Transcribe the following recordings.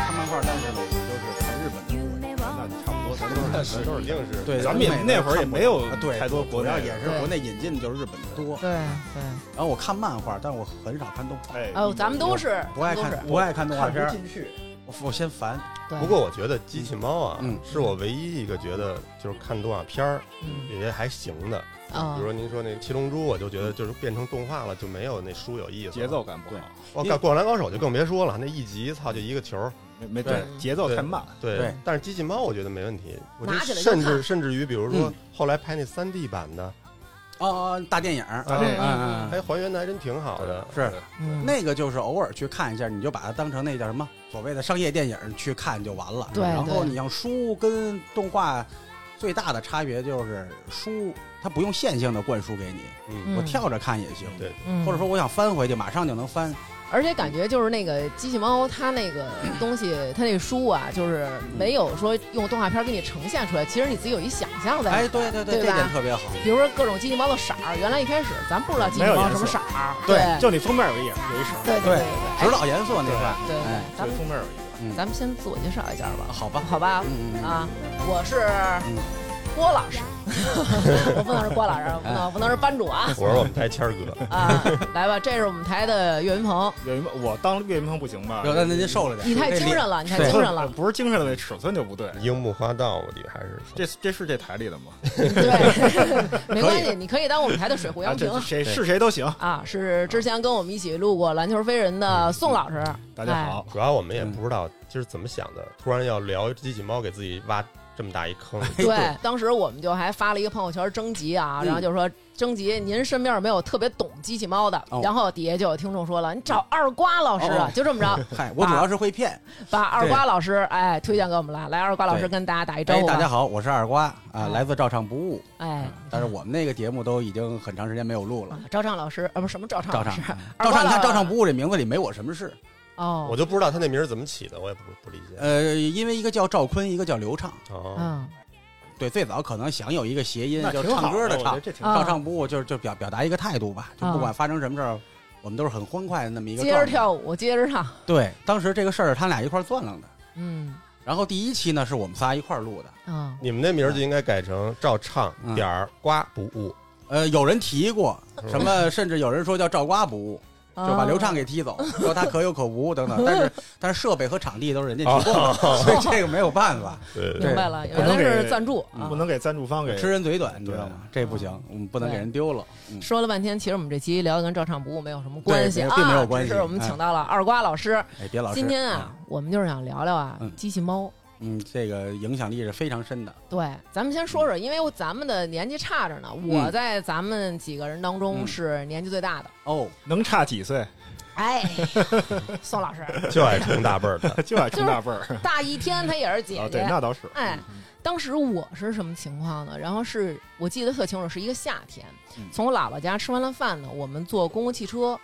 那种就是看日本的故事，那就差不多，咱都是那是咱都肯是定是，对，咱咱们们也也那会儿也没有啊对太多国主内要的，也是国内引进的就是日本的多。对对，然后我看漫画，但是我很少看动画，哎，哦，咱们都是不爱都是看不爱看动画片看儿，不进去。我我先烦。对不过我觉得《机器猫》啊，嗯是我唯一一个觉得就是看动画片儿嗯也还行的。比啊如，说您说那《七龙珠》，我就觉得就是变成动画了，就没有那书有意思了。节奏感不好，我靠，《灌篮高手》就更别说了，那一集操就一个球儿。没没对节奏太慢，对，对但是《机器猫》我觉得没问题，我觉得拿起来就甚至看甚至于比如说嗯后来拍那三 D 版的，哦哦，大电影儿，大电影嗯嗯还还原的还真挺好的。是嗯嗯，那个就是偶尔去看一下，你就把它当成那叫什么所谓的商业电影去看就完了。对然后对你像书跟动画最大的差别就是书它不用线性的灌输给你，嗯，我嗯跳着看也行。对嗯或者说我想翻回去，马上就能翻。而且感觉就是那个机器猫，它那个东西，它那个书啊，就是没有说用动画片给你呈现出来，其实你自己有一想象在。哎，对对对这吧点特别好。比如说各种机器猫的色儿，原来一开始咱不知道机器猫什么色儿，对就你封面有一有一首，对对指对导严肃那块，对对哎，咱们封面有一个，咱们先自我介绍一下吧，好吧，好吧？嗯嗯嗯，啊，我是郭老师， 我不能是郭老师，不能不能是班主啊我说我们台谦儿哥，啊！来吧，这是我们台的岳云鹏，岳云鹏我当岳云鹏不行吧？有那那您瘦了点，哎你太精神了，你太尺精神寸了，不是精神的问题，尺寸就不对。樱木花道，我觉得还是这这是这台里的吗？对，没关可系，你可以当我们台的水壶不杨平啊这谁是谁都行。啊，是之前跟我们一起录过《篮球飞人》的宋老师，大哎家好，主要我们也不知道就是怎么想的，突然要聊机器猫，给自己挖这么大一坑。嘿哎 对，当时我们就还发了一个朋友圈征集啊，嗯然后就说征集您身边有没有特别懂机器猫的哦，然后底下就有听众说了，你找二瓜老师啊哦，就这么着，嗨，我主要是会骗。把二瓜老师哎推荐给我们了，来二瓜老师对跟大家打一招哎，呼大家吧，好，我是二瓜啊，嗯来自照唱不误。哎，但是我们那个节目都已经很长时间没有录了。赵畅老师啊，不是什么赵畅照老唱师，，二照瓜唱，你看老照唱不误这名字里没我什么事。 哦，我就不知道他那名儿怎么起的，我也不不理解。呃，因为一个叫赵坤，一个叫刘畅。哦，嗯对，最早可能想有一个谐音那叫挺好唱歌的我觉唱得，这挺啊照唱不误就是就表表达一个态度吧，就不啊管发生什么事儿，我们都是很欢快的那么一个接着状态。跳舞，接着唱，对，当时这个事儿他俩一块儿钻楞的。嗯然后第一期呢是我们仨一块儿录的，啊，你们那名儿就应该改成照唱嗯点儿瓜不误，呃，有人提过嗯什么，甚至有人说叫照瓜不误，哦就啊把刘畅给踢 走，说他可有可无等等。但是但是设备和场地都是人家提供的， 所以这个没有办 法，对对明白了，原来是赞助嗯啊不。能给赞助方给吃人嘴短，你知道吗对？这不行，我们不能给人丢了。嗯说了半天，其实我们这期聊的跟照唱不误没有什么关系对啊没，有并没有关系只是我们请到了二瓜老师。哎，别老是今天啊，，我们就是想聊聊啊嗯，机器猫。嗯，这个影响力是非常深的。对，咱们先说说，因为我咱们的年纪差着呢，我在咱们几个人当中嗯是年纪最大的。哦，能差几岁？ 哎， 宋老师，就爱冲大辈儿 的。就爱冲大辈儿大一天他也是姐哦啊！对，姐。那倒是。哎，嗯当时我是什么情况呢？然后是我记得特清楚，是一个夏天嗯，从我姥姥家吃完了饭呢，我们坐公共汽车，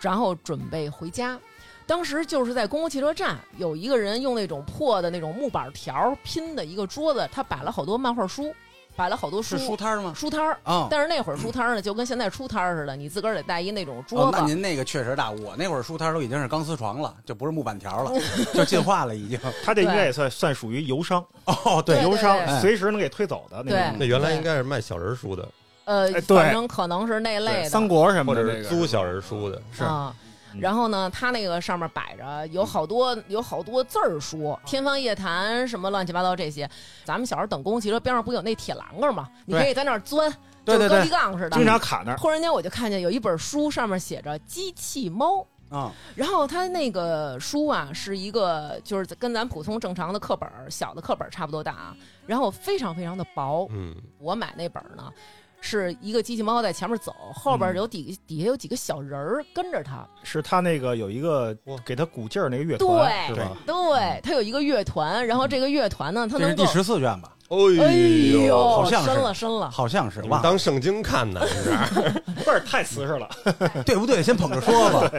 然后准备回家。当时就是在公共汽车站，有一个人用那种破的那种木板条拼的一个桌子，他摆了好多漫画书，摆了好多是书书摊儿吗？书摊儿。哦，但是那会儿书摊儿呢，就跟现在书摊儿似的，你自个儿得带一那种哦桌，子。那您那个确实大，我那会儿书摊儿都已经是钢丝床了，就不是木板条 了，就进化了已经。他这应该也算算属于游商，哦，对嗯游对商随时能给推走的那对种。那原来应该是卖小人书的，呃哎，对反正可能是那类的。三国什么或的者那是个，租小人书的。是啊。嗯然后呢，他那个上面摆着有好多嗯有好多字儿书，《天方夜谭》什么乱七八糟这些。咱们小时候等公共汽车边上不有那铁栏杆吗？你对可以在那儿钻，对对就跟对高低杠似的。经常卡那儿。突然间我就看见有一本书，上面写着《机器猫》，啊，然后它那个书啊是一个就是跟咱普通正常的课本儿小的课本儿差不多大啊，然后非常非常的薄。嗯，我买那本儿呢。是一个机器猫在前面走，后嗯边有底、底下有几个小人儿跟着它，是他那个有一个哇给他鼓劲儿那个乐团，对是吧？对，它有一个乐团，然后这个乐团呢，它这是能够啊第，十四卷吧？哎哎呦，好像是深了深了，好像是你们忘了，当圣经看呢？你 这倍儿太瓷实了。对不对？先捧着说吧。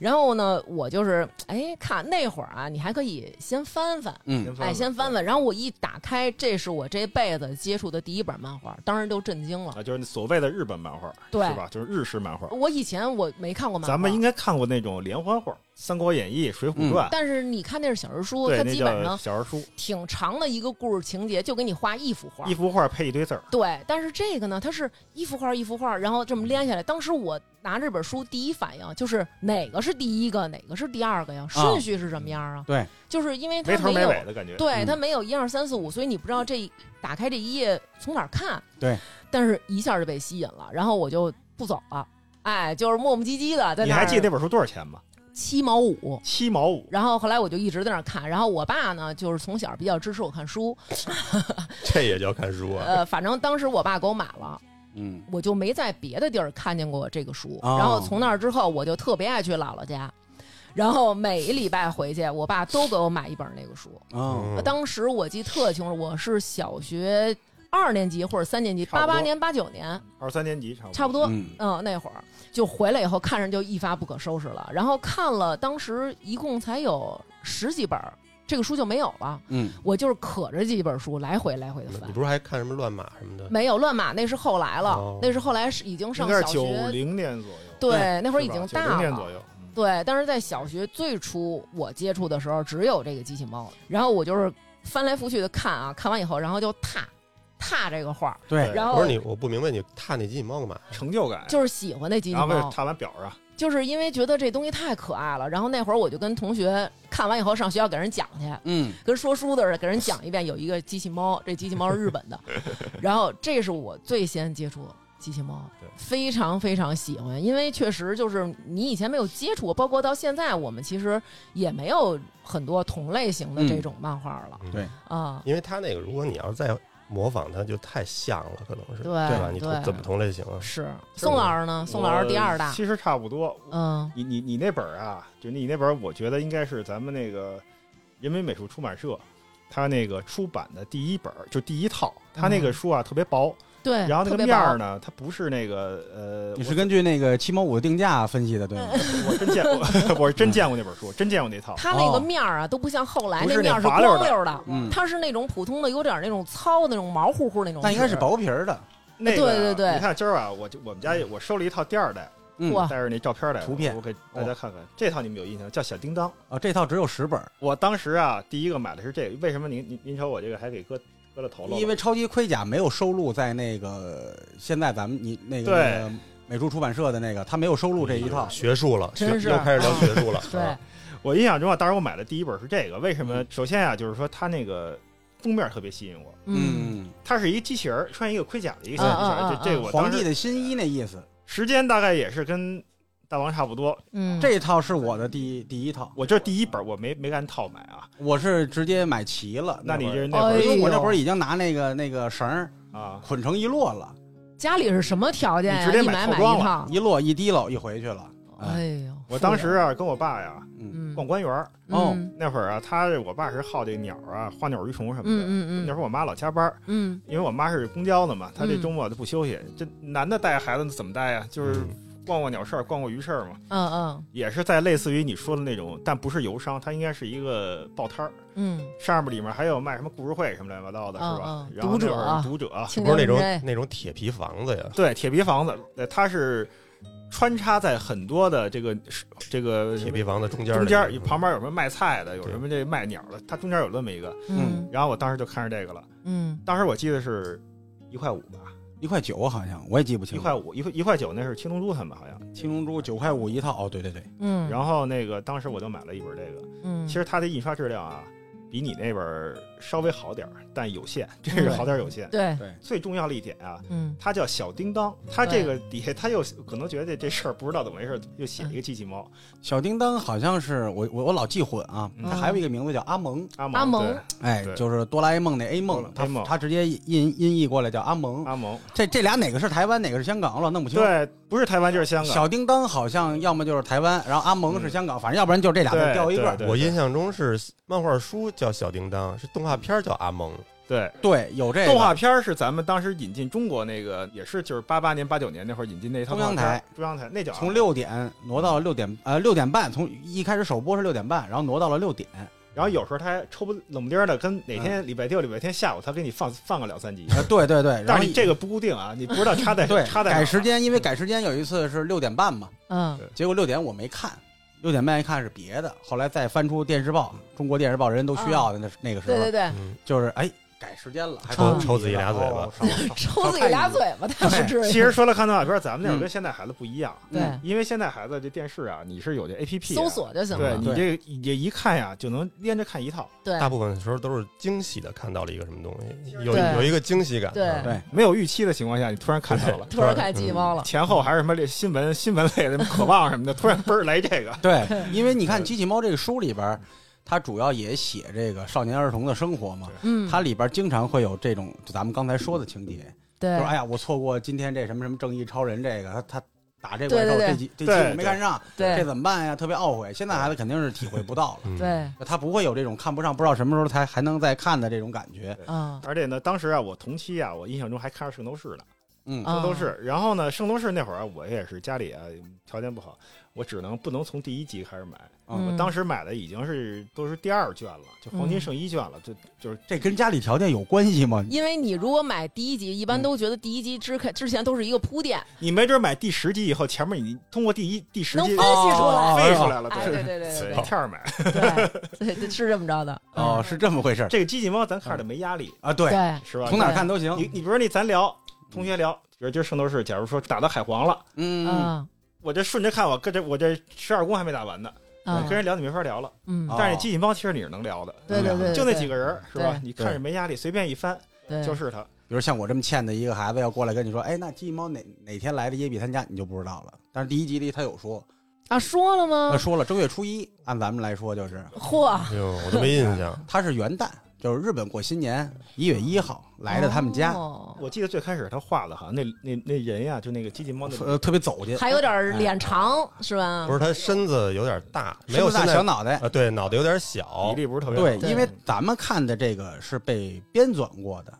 然后呢，我就是哎看那会儿啊，你还可以先翻翻，嗯，哎先翻翻，然后我一打开，这是我这辈子接触的第一本漫画，当时就震惊了。啊，就是所谓的日本漫画，对是吧？就是日式漫画。我以前我没看过漫画，咱们应该看过那种连环画，三国演义》《水浒传》但是你看那是小人书，对，它那基本叫上小人书，挺长的一个故事情节，就给你画一幅画一。幅画配一堆字儿，对，但是这个呢，它是一幅画一幅画，然后这么连下来。当时我拿这本书，第一反应就是哪个是第一个，哪个是第二个呀？顺序是什么样啊？对，就是因为它没头没有尾的感觉。对，嗯它没有一二三四五，所以你不知道这一打开这一页从哪儿看。对，但是一下就被吸引了，然后我就不走了，哎，就是磨磨唧唧的在你那还记得儿那本书多少钱吗？七毛五。七毛五。然后后来我就一直在那儿看，然后我爸呢，就是从小比较支持我看书，这也叫看书啊？呃，反正当时我爸给我买了，嗯我就没在别的地儿看见过这个书。哦然后从那儿之后，我就特别爱去姥姥家，然后每一礼拜回去，我爸都给我买一本那个书。哦嗯当时我记得特清楚，我是小学二年级或者三年级，差八不多八年、八九年，二三年级差不多。差不多。嗯嗯，那会儿就回来以后，看着就一发不可收拾了。然后看了，当时一共才有十几本儿，这个书就没有了。嗯我就是可着几本书来回来回的那翻你。不是还看什么乱码什么的？没有乱码，那是后来了，哦那是后来是已经应上该小是九学，零年左右，对，对那那会儿已经九零大年左了。右。嗯对，但是在小学最初我接触的时候，只有这个机器猫，然后我就是翻来覆去的看啊，看完以后，然后就踏踏这个画儿，对，然不后是你，我不明白你踏那机器猫干嘛？成就感。就是喜欢那机器哎然后为了猫，看完表啊，就是因为觉得这东西太可爱了。然后那会儿我就跟同学看完以后上学校给人讲去，嗯跟说书的似的给人讲一遍，有一个机器猫，这机器猫是日本的，然后这是我最先接触机器猫对，非常非常喜欢，因为确实就是你以前没有接触过，包括到现在我们其实也没有很多同类型的这种漫画了嗯对啊、因为它那个，如果你要是再模仿它，就太像了，可能是对吧？你对同怎么同类型啊？是宋老师呢？宋老师第二我大，其实差不多。嗯你你你那本儿啊，就你那本，儿，我觉得应该是咱们那个人民美术出版社。它那个出版的第一本儿就第一套，它那个书啊特别薄，嗯对，然后那特个别面棒儿呢，它不是那个呃，你是根据那个七毛五的定价分析的，对吗？嗯我我真见 过，我是真见过那本书，真见过那套，它那个哦面儿啊，都不像后来不是面儿那是滑光溜的溜的，嗯它是那种普通的，有点那种糙的那种毛乎乎那种。但应该是薄皮儿的，那个啊对对对哦你看今儿啊，我就我们家也我收了一套第二代，嗯哇哇带着那照片来的图片我给大家看看。这套你们有印象？叫小叮当。哦，这套只有十本儿，我当时啊，第一个买的是这个。为什么您您您瞅我这个还给割割了头了？因为超级盔甲没有收录在那个现在咱们你那个对那个美术出版社的那个，他没有收录这一套。学术了，学真是又开始聊啊学术 了。对啊，，我印象中啊，当时我买的第一本是这个。为什么？首先啊，就是说它那个封面特别吸引我，嗯，嗯，它是一机器人儿穿一个盔甲的一个小嗯机器人嗯儿。嗯这这个我皇当帝时的新衣那意思，时间大概也是跟大王差不多。嗯，这套是我的第一第一套，我这第一本我没没按套买啊，我是直接买齐了。那你会这儿那会哎因呦儿为我那会儿已经拿那个那个绳儿啊，捆成一摞了，家里是什么条件呀、你直接一买买套买装一套。一摞一滴漏一回去了。哎呦，我当时啊跟我爸呀嗯，嗯逛官园儿哦嗯那会儿啊，他我爸是好这鸟啊，花鸟鱼虫什么的。嗯嗯那嗯会儿我妈老加班儿，嗯，因为我妈是公交的嘛，她这嗯周末她不休息。这男的带孩子怎么带呀？就是逛逛鸟市儿，逛逛鱼市儿嘛，嗯也是在类似于你说的那种，但不是游商，它应该是一个报摊儿，嗯嗯，上面里面还有卖什么故事会什么乱七八糟的，是吧嗯嗯？然后读者啊那会儿读者，青不是那年种人那种铁皮房子呀，对，铁皮房子，呃它是穿插在很多的这个这个铁皮房子中间儿中那间个儿旁边有什么卖菜的，有什么这卖鸟的，它中间有那么一个。嗯然后我当时就看着这个了，嗯当时我记得是一块五吧，一块九好像我也记不一清了。块五，一块一块九，那是青龙珠他们好像。青龙珠九块五一套，哦，对对对，嗯，然后那个当时我就买了一本这个，嗯，其实它的印刷质量啊，比你那本儿稍微好点儿，但有限， 这是嗯好点儿有限。对，最重要的一点啊，嗯它叫小叮当，它这对个底下它又可能觉得这事儿不知道怎么回事，又写一个机器猫小叮当好像是我我我老记混啊，嗯它还有一个名字叫阿蒙，阿蒙阿蒙对哎嗯对，就是哆啦 A 梦那 A 梦， A 梦它它直接音音译过来叫阿蒙。阿蒙，这这俩哪个是台湾，哪个是香港，我老弄不清。，对，不是台湾就是香啊港，嗯小叮当好像要么就是台湾，然后阿蒙是香港，反正要不然就这俩字儿对掉一个。对我印象中是漫画书叫小叮当，是动画片儿叫阿蒙。对。对，有这个动画片儿是咱们当时引进中国那个，也是就是八八年、八九年那会儿引进那一套中央动画片台儿，中央台那叫啊从，六点挪到了六点，呃，六点半，从一开始首播是六点半，然后挪到了六点。然后有时候他还抽不冷不丁儿的，跟哪天礼拜六、礼拜天下午他给你放放个两三集，呃，对对对，然但后是你这个不固定啊，你不知道 插在对插在哪儿啊改时间，因为改时间有一次是六点半嘛，嗯对结果六点我没看，六点半一看是别的，后来再翻出电视报，中国电视报人人都需要的，那是那个时啊对候对对，嗯，就是哎改时间了，还抽不抽自己俩嘴 哦巴少少抽自己俩嘴巴，他不 至于。其实说了看动画片，咱们那会嗯儿跟现在孩子不一样，对嗯因为现在孩子这电视啊，你是有这 A P P 搜，索就行对了你。对这你这一看呀，就能连着看一套，对大部分时候都是惊喜的看到了一个什么东西，有对有一个惊喜感。对啊对没有预期的情况下，你突然看到了。突然开鸡猫了，前后还是什么这新闻新闻类的，什么渴望什么的，突然嘣儿来这个，对，因为你看《机器猫》这个书里边儿，它主要也写这个少年儿童的生活嘛，嗯，它里边儿经常会有这种就咱们刚才说的情节，就对是哎呀，我错过今天这什么什么正义超人这个，他他打这怪对对兽对这集这对期我没看上，这对怎么办呀？特别懊悔。现在孩子肯定是体会不到了。嗯，对他不会有这种看不上，不知道什么时候才还能再看的这种感觉。啊，而且呢，当时啊，我同期啊，我印象中还看着《圣斗士》呢，嗯，啊《圣斗士》。然后呢，《圣斗士》那会儿啊我也是家里啊条件不好，我只能不能从第一集开始买。嗯嗯我当时买的已经是都是第二卷了，就黄金圣衣卷了，就就是这跟家里条件有关系吗？因为你如果买第一集，一般都觉得第一集之开之前都是一个铺垫，你没准买第十集以后，前面你通过第一第十能集分析出来。哦背出来了，哎，对对对一跳着买。对对对对，是这么着的。哦，是这么回事儿这个机器猫咱看着没压力，啊？对，对，是吧从？哪儿看都行你。你比如说那咱聊同学聊，比如今儿圣斗士，假如说打到海皇了。嗯，嗯我这顺着看，我跟这我这十二宫还没打完呢，我跟嗯人聊你没法聊了。嗯，啊但是机器猫其实你是能聊的，对对对，就那几个人是吧对？你看着没压力，随便一翻对，就是他。比如像我这么欠的一个孩子要过来跟你说，哎，那机器猫哪哪天来的耶比他家，你就不知道了。但是第一集里他有说，啊，说了他吗？呃说了正月初一，按咱们来说就是嚯，哎呦，我都没印 象。他是元旦，就是日本过新年一月一号来的他们家，哦我记得最开始他画的哈，那那那人呀，就那个机器猫那呃，特别走进，还有点脸长是吧？不是，他身子有点大，没有是不是现大在小脑袋。啊，对，脑袋有点小比，例不是特别对，好对因为咱们看的这个是被编纂过的，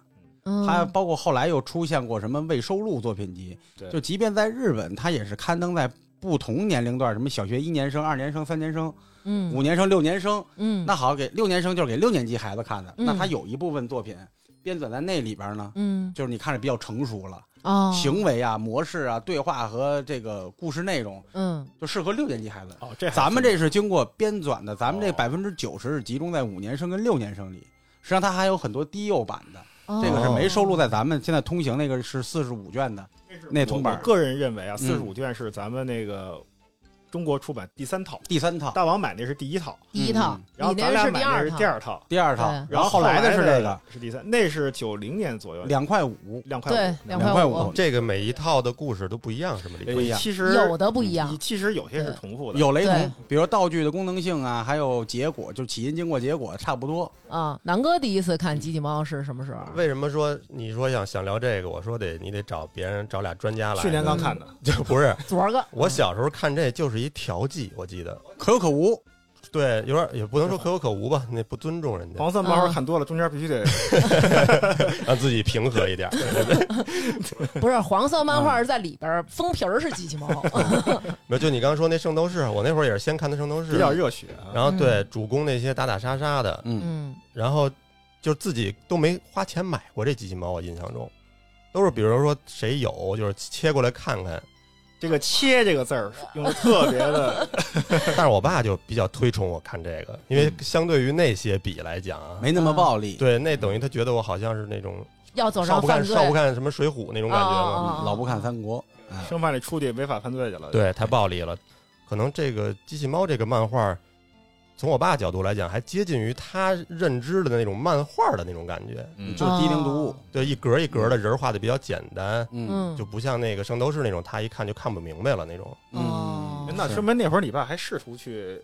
嗯，它包括后来又出现过什么未收录作品集对，就即便在日本，它也是刊登在不同年龄段，什么小学一年生、二年生、三年生、嗯五年生、六年生。嗯，那好，给六年生就是给六年级孩子看的，嗯那他有一部分作品编纂在那里边呢，嗯就是你看着比较成熟了，哦，行为啊、模式啊、对话和这个故事内容嗯就适合六年级孩子。哦， 这还咱们这是经过编纂的，咱们这哦百分之九十是集中在五年生跟六年生里。实际上，它还有很多低幼版的，哦这个是没收录在咱们现在通行那个是四十五卷的，那我铜板我个人认为啊，四十五卷是咱们那个中国出版第三套，第三套、大王买那是第一套，第一套嗯，然后你那咱俩是买二套，那是第二套，第二套对，然后后来的的是这个是第三，那是九零年左右，两块五，两块对五，两块五，这个每一套的故事都不一样，是吗？呃李一样其实有的不一样，其实有些是重复的，有雷对同，比如道具的功能性啊，还有结果，就起因、经过、结果差不多。啊，南哥第一次看《机器猫》是什么时候？为什么说你说想想聊这个？我说得你得找别人找俩专家来。去年刚看的， 就不是昨儿个我小时候看这就是一调剂，我记得可有可无，对，有点也不能说可有可无 吧，那不尊重人家，黄色漫嗯画看多了，中间必须得让自己平和一点。不是黄色漫画是在里边儿，封皮儿是机器猫，没有，就你刚刚说那圣斗士，我那会儿也是先看的圣斗士，比较热血啊。然后对主攻那些打打杀杀的，嗯，嗯然后就自己都没花钱买过这机器猫，我印象中都是比如说谁有，就是切过来看看。这个“切”这个字儿用的特别的， 但是我爸就比较推崇我看这个，因为相对于那些比来讲啊，没那嗯么暴力，对那等于他觉得我好像是那种要走少上不犯看罪，少不看什么水浒那种感觉哦哦嘛哦，嗯老不看三国，哎生怕你出去违法犯罪去了。，对，太暴力了。可能这个机器猫这个漫画，从我爸角度来讲，还接近于他认知的那种漫画的那种感觉。嗯，就是低龄读物，对，一格一格的人画的比较简单，嗯哦嗯，就不像那个圣斗士那种，他一看就看不明白了那种。哦嗯，那是说明那会儿你爸还试图去，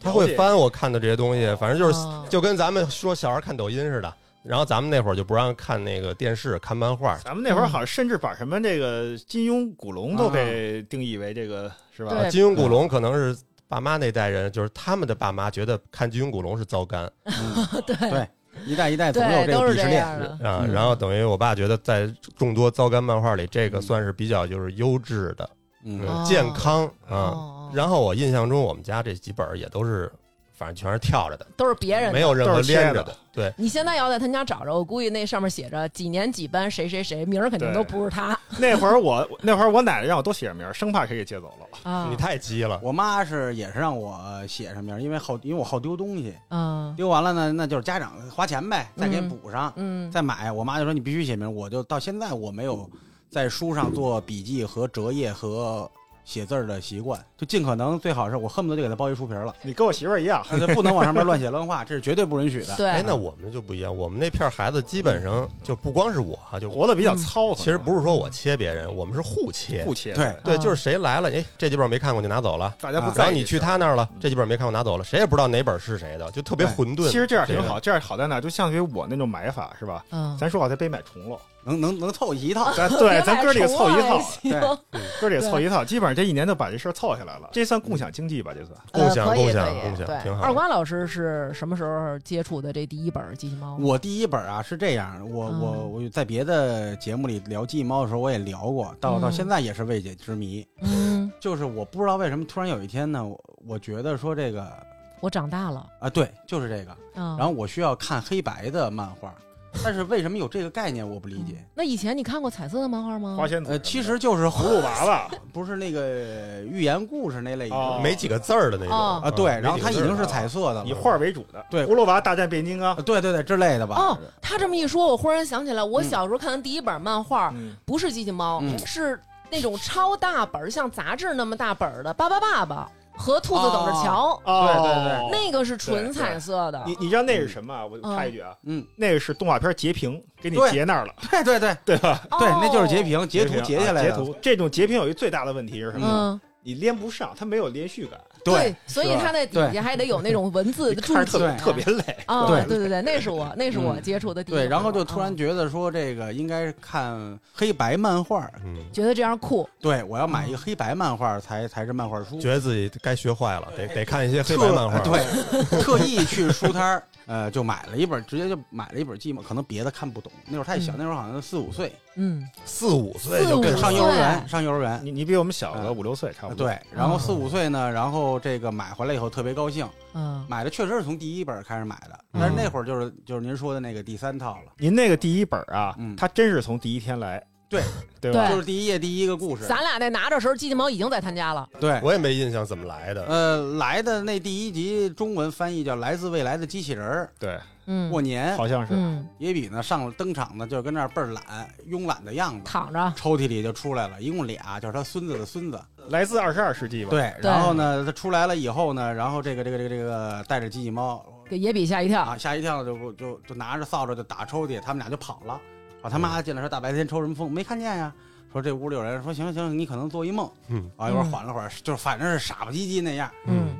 他会，翻我看的这些东西，反正就是、哦就跟咱们说小孩看抖音似的。然后咱们那会儿就不让看那个电视，看漫画。咱们那会儿好像甚至把什么这个金庸、古龙啊都给定义为这个是吧？对金庸、古龙可能是爸妈那代人，就是他们的爸妈觉得看金庸、古龙是糟啊干，嗯对对，一代一 代总有对，这都个是鄙视这链，样的，啊，嗯然后等于我爸觉得在众多糟干漫画里，这个嗯算是比较就是优质的、嗯嗯哦健康啊。哦，然后我印象中，我们家这几本儿也都是，反正全是跳着的，都是别人没的。有任何都是切的连着的。对，你现在要在他们家找着，我估计那上面写着几年几班谁谁谁，名儿肯定对都不是他那会儿我那会儿我奶奶让我都写上名儿，生怕谁给借走了。啊你太鸡了，我妈是也是让我写上名儿，因为好，因为我好丢东西，啊丢完了呢，那就是家长花钱呗，再给补上，嗯再买。我妈就说你必须写名儿，我就到现在我没有在书上做笔记和折页和写字儿的习惯，就尽可能最好是我恨不得就给它包一书皮儿了，你跟我媳妇儿一样， 但是不能往上面乱写乱画，这是绝对不允许的。对哎，那我们就不一样，我们那片儿孩子基本上就不光是我啊，就活得比较糙。其实不是说我切别人，我们是互切不。切，对对，啊就是谁来了，哎，这几本没看过就拿走了，大家不啊在然意后你去这事儿他那儿了，这几本没看过拿走了，谁也不知道哪本是谁的，就特别对混沌。其实这样挺个好，，这样好在哪？就相当于我那种买法是吧？嗯，咱说好在北买重了，能能能凑一哎套，咱 对咱哥几个凑一套，对套，哥几个凑一套，基本上这一年就把这事儿凑下来了。这算共享经济吧？这算呃共享可以共享可以共享对挺好二瓜老师是什么时候接触的这第一本机器猫？我第一本啊是这样，我嗯我我在别的节目里聊记忆猫的时候，我也聊过，到嗯到现在也是未解之谜。嗯，就是我不知道为什么突然有一天呢，我我觉得说这个我长大了，啊，对，就是这个，嗯，然后我需要看黑白的漫画，但是为什么有这个概念我不理解嗯。。那以前你看过彩色的漫画嗯吗？花仙子呃，其实就是葫芦娃 娃，不是那个寓言故事那类的哦没几个字儿的那种哦啊，对，然后它已经是彩彩色的以了，画儿为主的，对葫芦娃大战变形金刚啊，呃对对对之类的吧。哦，他这么一说，我忽然想起来，我小时候看的第一本漫画、嗯，不是机器猫，嗯是那种超大本儿，像杂志那么大本儿的《巴巴爸爸》和《兔子等着瞧》哦，那个是纯彩色的。你你知道那是什么啊？我插一句啊，嗯，那个是动画片截屏，给你对截那儿了， 对对对对吧？哦对，那就是截。屏，截图屏截下来啊截的，图。这种截屏有一最大的问题是什么？嗯，你连不上，它没有连续感，对，所以它在底下还得有那种文字你的注看着解特别特别累。啊，对嗯对对对，那是我那是我接触的第一本对，漫画。然后就突然嗯觉得说这个应该看黑白漫画儿，嗯，觉得这样酷，对我要买嗯一个黑白漫画儿才才是漫画书，觉得自己该学坏了，得得看一些黑白漫画。特哎对，特意去书摊儿，呃，就买了一本，直接就买了一本寂寞，可能别的看不懂，那会儿太小，嗯那会儿好像四五 岁，嗯，四五岁就四跟五上岁幼哦儿园，上幼儿园，你你比我们小个嗯五六岁差不多。对，然后四五岁呢，然后这个买回来以后特别高兴，嗯，买的确实是从第一本开始买的，但是那嗯会儿就是就是您说的那个第三套了，您那个第一本啊嗯，它真是从第一天来，对 对吧？对就是第一页第一个故事，咱俩在拿着时候，机器猫已经在他家了。对，哎我也没印象怎么来的。呃，来的那第一集中文翻译叫《来自未来的机器人儿对，》，嗯，过年好像是。嗯野比呢上了登场呢，就是跟那儿倍儿懒、慵懒的样子，躺着，抽屉里就出来了，一共俩，就是他孙子的孙子。来自二十二世纪吧。，对，对然后呢，他出来了以后呢，然后这个这个这个这个带着机器猫给野比吓一跳啊，。吓一跳就就就拿着扫帚就打抽屉，他们俩就跑了。啊，他妈进来说大白天抽什么风，没看见呀。说这屋里有人，说行行，你可能做一梦。嗯啊，一会儿嗯缓了会儿，就是反正是傻不唧唧那样，嗯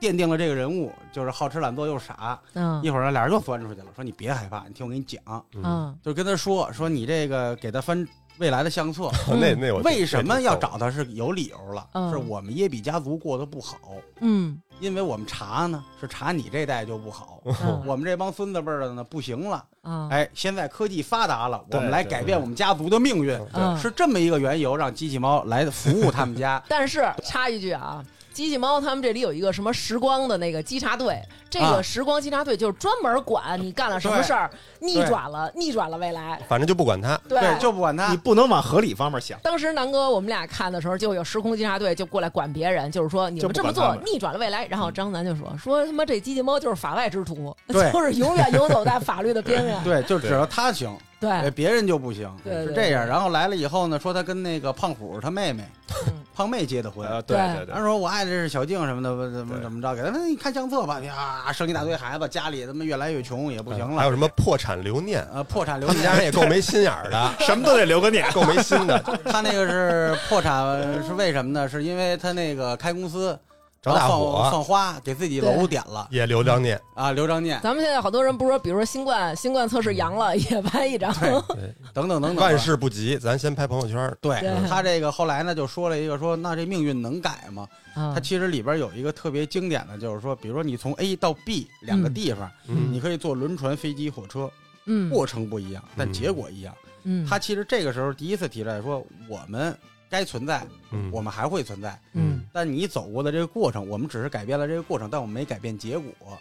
奠定了这个人物就是好吃懒做又傻。嗯一会儿俩人又钻出去了，说你别害怕，你听我给你讲，嗯，嗯，就跟他说说你这个给他翻未来的相册，那那我嗯为什么要？找他是有理由了，嗯是我们耶比家族过得不好，嗯因为我们查呢是查你这代就不好，嗯我们这帮孙子辈儿的呢不行了，啊，哎，现在科技发达了，我对们来对改变我们家族的命运，嗯是这么一个缘由让机器猫来服务他们 。家但是插一句啊，机器猫他们这里有一个什么时光的那个稽查队，这啊个时光稽查队就是专门管你干了什么事儿，逆转了，逆转了未来。反正就不管他，对，对，就不管他你，不能往合理方面想。当时南哥我们俩看的时候，就有时空稽查队就过来管别人，就是说你就们不这么管做他们逆转了未来。然后张楠就说说他妈这机器猫就是法外之徒，嗯对 就是永远游走在法律的边缘。 对，就只要他行，哎，对，别人就不行，对对是对这样。然后来了以后呢，说他跟那个胖虎他妹妹嗯，胖妹结的婚。呃，对对对他对，说我爱的是小静什么的，怎么对怎么着？给他们你看相册吧，呀，生一大堆孩子，家里他妈越来越穷，也不行嗯还了有，什么破产留念？ 呃，破产留他们家人年。也够没心眼儿的，什么都得留个念。够没心的，他那个是破产是为什么呢？是因为他那个开公司找大然后放火放花，给自己对楼点了也留张念。啊，留张念，咱们现在好多人不是说，比如说新冠新冠测试阳了，也拍一张。嗯对，对等等等等吧， 万事不急，咱先拍朋友圈。对对他这个后来呢，就说了一个说，那这命运能改吗？啊它其实里边有一个特别经典的，就是说，比如说你从 A 到 B 两个地方，嗯你可以坐轮船、飞机、火车，嗯过程不一样，但嗯结果一样。嗯他其实这个时候第一次提出来说，我们该存在，嗯我们还会存在，嗯但你走过的这个过程，我们只是改变了这个过程，但我们没改变结果。嗯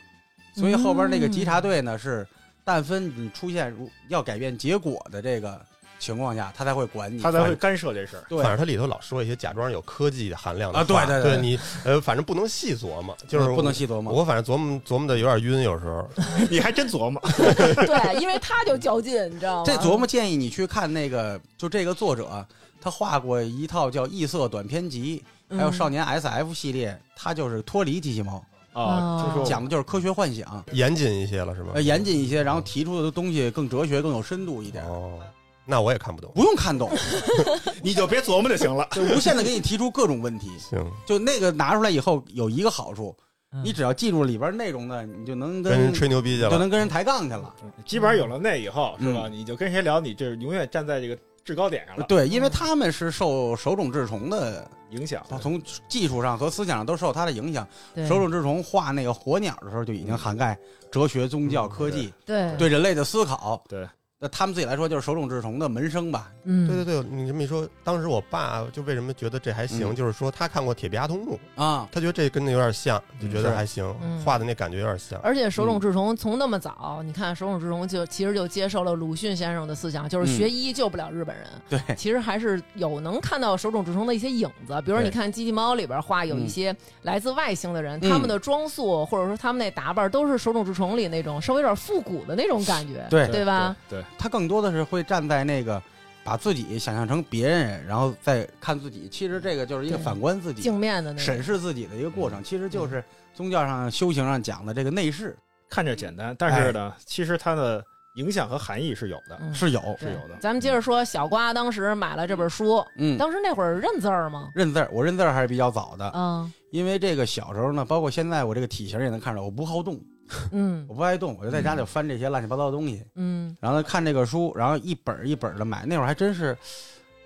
所以后边那个稽查队呢是，但凡你出现如要改变结果的这个情况下，他才会管你。他才会干涉这事儿。对反正它里头老说一些假装有科技含量的啊对话对对嗯对，你呃，反正不能细琢磨，就是不能。细琢磨。我反正琢磨琢磨的有点晕，有 时候你还真琢磨，对，因为他就较劲，你知道吗？嗯这琢磨建议你去看那个，就这个作者他画过一套叫异色短篇集，还嗯有少年年 S.F 系列，他就是脱离机器猫，啊，哦听说过哦讲的就是科学幻想，严谨一些了是吗？呃，严谨一些，然后提出的东西更哲学、更有深度一点。哦，那我也看不懂。不用看懂，你就别琢磨就行了。就无限的给你提出各种问题。行，就那个拿出来以后有一个好处，嗯你只要记住里边内容呢，你就能跟人跟吹牛逼去就了。能跟人抬杠去了。基本上有了那以后，是吧？嗯你就跟谁聊，你就是永远站在这个制高点上了，对，因为他们是受手冢治虫的，影响。从技术上和思想上都受他的影响。嗯手冢治虫画那个火鸟的时候，就已经涵盖哲学、宗教、嗯科技对对人类的思考。对，那他们自己来说就是手冢治虫的门生吧？嗯对对对，你这么一说，当时我爸就为什么觉得这还行，嗯就是说他看过《铁臂阿童木》，啊，他觉得这跟那有点像，就觉嗯是得还行，嗯画的那感觉有点像。哎而且手冢治虫从那么早，你看手冢治虫就其实就接受了鲁迅先生的思想，就是嗯学医救不了日本人。对，其实还是有能看到手冢治虫的一些影子，比如说对你看《机器猫》里边画有一些来自外星的人，嗯他们的装束或者说他们那打扮都是手冢治虫里那种稍微有点复古的那种感觉，对对吧？？对，他更多的是会站在那个。把自己想象成别人，然后再看自己，其实这个就是一个对嗯反观自己、镜面的那种。审视自己的一个过程，其实就是宗教上、修行上讲的这个内饰看着简单，但是呢，其实它的影响和含义是有的。嗯是有，是对有的咱们接着说，小瓜当时买了这本书，嗯，当时那会儿认字儿吗？认字儿，我认字儿还是比较早的，嗯因为这个小时候呢，包括现在我这个体型也能看出来，我不好动， 嗯我不爱动，我就在家里翻这些乱七八糟的东西，嗯，然后看这个书，然后一本儿一本的买，那会儿还真是，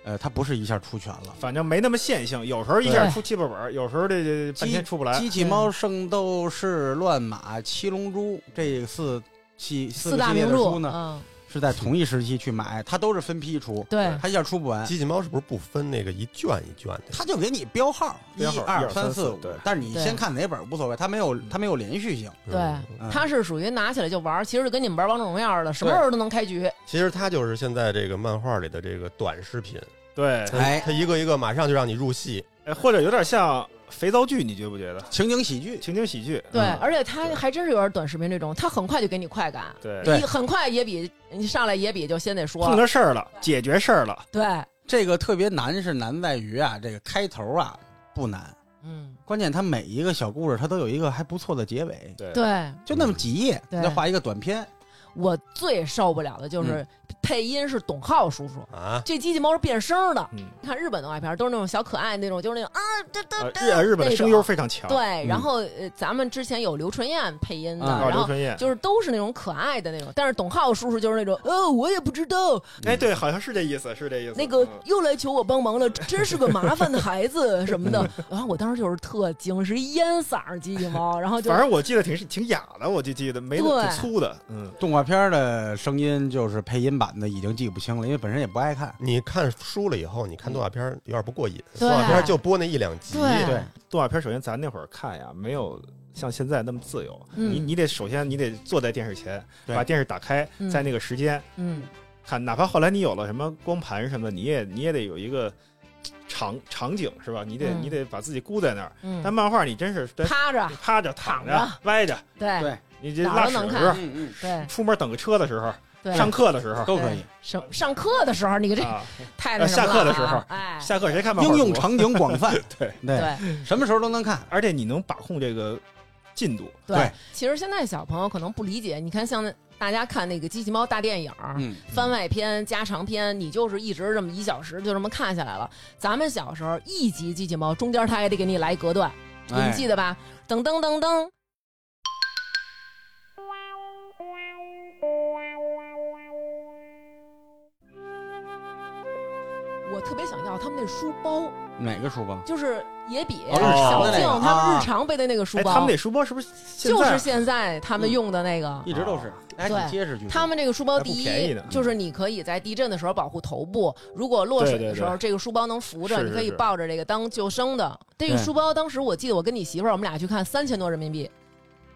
呃，它不是一下出全了。反正没那么线性，有时候一下出七八本，有时候这这半天出不来。机器猫、圣斗士、乱马、七龙珠这四系四四个大系列名的著书，呢，嗯，是在同一时期去买，它都是分批出，对，它一下出不完。机器猫是不是不分那个一卷一卷的？他就给你标号，一标号二一二三四四对嗯但是你先看哪本无所谓，它没有它没有连续性。对嗯嗯他是属于拿起来就玩儿，其实就跟你们玩王者荣耀似的，什么对嗯时候都能开局。其实它就是现在这个漫画里的这个短视频，对，哎，它一个一个马上就让你入戏，哎或者有点像肥皂剧，你觉不觉得？情景喜剧，情景喜剧，对，嗯而且他还真是有点短视频这种，他很快就给你快感，对，对一很快也比你上来也比就先得碰说，着事儿了，解决事儿了，对，这个特别难是难在于啊，这个开头啊不难，嗯，关键它每一个小故事它都有一个还不错的结尾，对对就那么几页，对再画一个短篇，我最受不了的就是配音是董浩叔叔，啊，这机器猫是变声的。嗯，你看日本动画片都是那种小可爱那种，就是那种啊，这这呃这日日本的声那优种非常强，对，嗯然后呃，咱们之前有刘纯燕配音的，啊啊，然刘后春燕，就是都是那种可爱的那种，但是董浩叔叔就是那种，呃，我也不知道，哎，对，好像是这意思，是这意思。那个嗯又来求我帮忙了，真是个麻烦的孩子什么的。 然后我当时就是特惊，是一烟嗓儿机器猫，然后就反正我记得挺挺哑的，我就记得没对挺粗的，嗯，动画片的声音就是配音版的已经记不清了，因为本身也不爱看。你看书了以后，你看动画片儿有点不过瘾，嗯动对画片儿就播那一两集，对动画片首先咱那会儿看呀，没有像现在那么自由，嗯你你得首先你得坐在电视前，对把电视打开，嗯在那个时间嗯，看，哪怕后来你有了什么光盘什么的，你也你也得有一个场场景是吧？你得、嗯你得把自己箍在那儿。嗯但漫画你真是真趴着，趴着、躺躺着着、歪着，对对你这哪儿拉都屎能的看时候，嗯对出门等个车的时候，对，上课的时候都可以。上上课的时候，你这啊， 太那什么了啊下课的时候哎，下课谁看漫画应多？用场景广泛，对对，对什么时候都能看。而且你能把控这个进度。对对。其实现在小朋友可能不理解，你看像那大家看那个机器猫大电影儿，嗯，番外篇、加长篇，你就是一直这么一小时就这么看下来了。咱们小时候一集机器猫，中间它也得给你来隔断，你们哎记得吧？噔噔噔噔，我特别想要他们那书包，哪个书包？就是野比、哦日常小的那静个他们啊日常背的那个书哎，包，他们那书包是不是现就是在嗯现在他们用的那个。一直都是，还挺结实。据说他们这个书包，还不第便宜一呢就是你可以在地震的时候保护头部，如果落水对对的时候，这个书包能扶着，是你可以是是抱着这个当救生的。这个对书包当时我记得我跟你媳妇儿我们俩去看三千多人民币，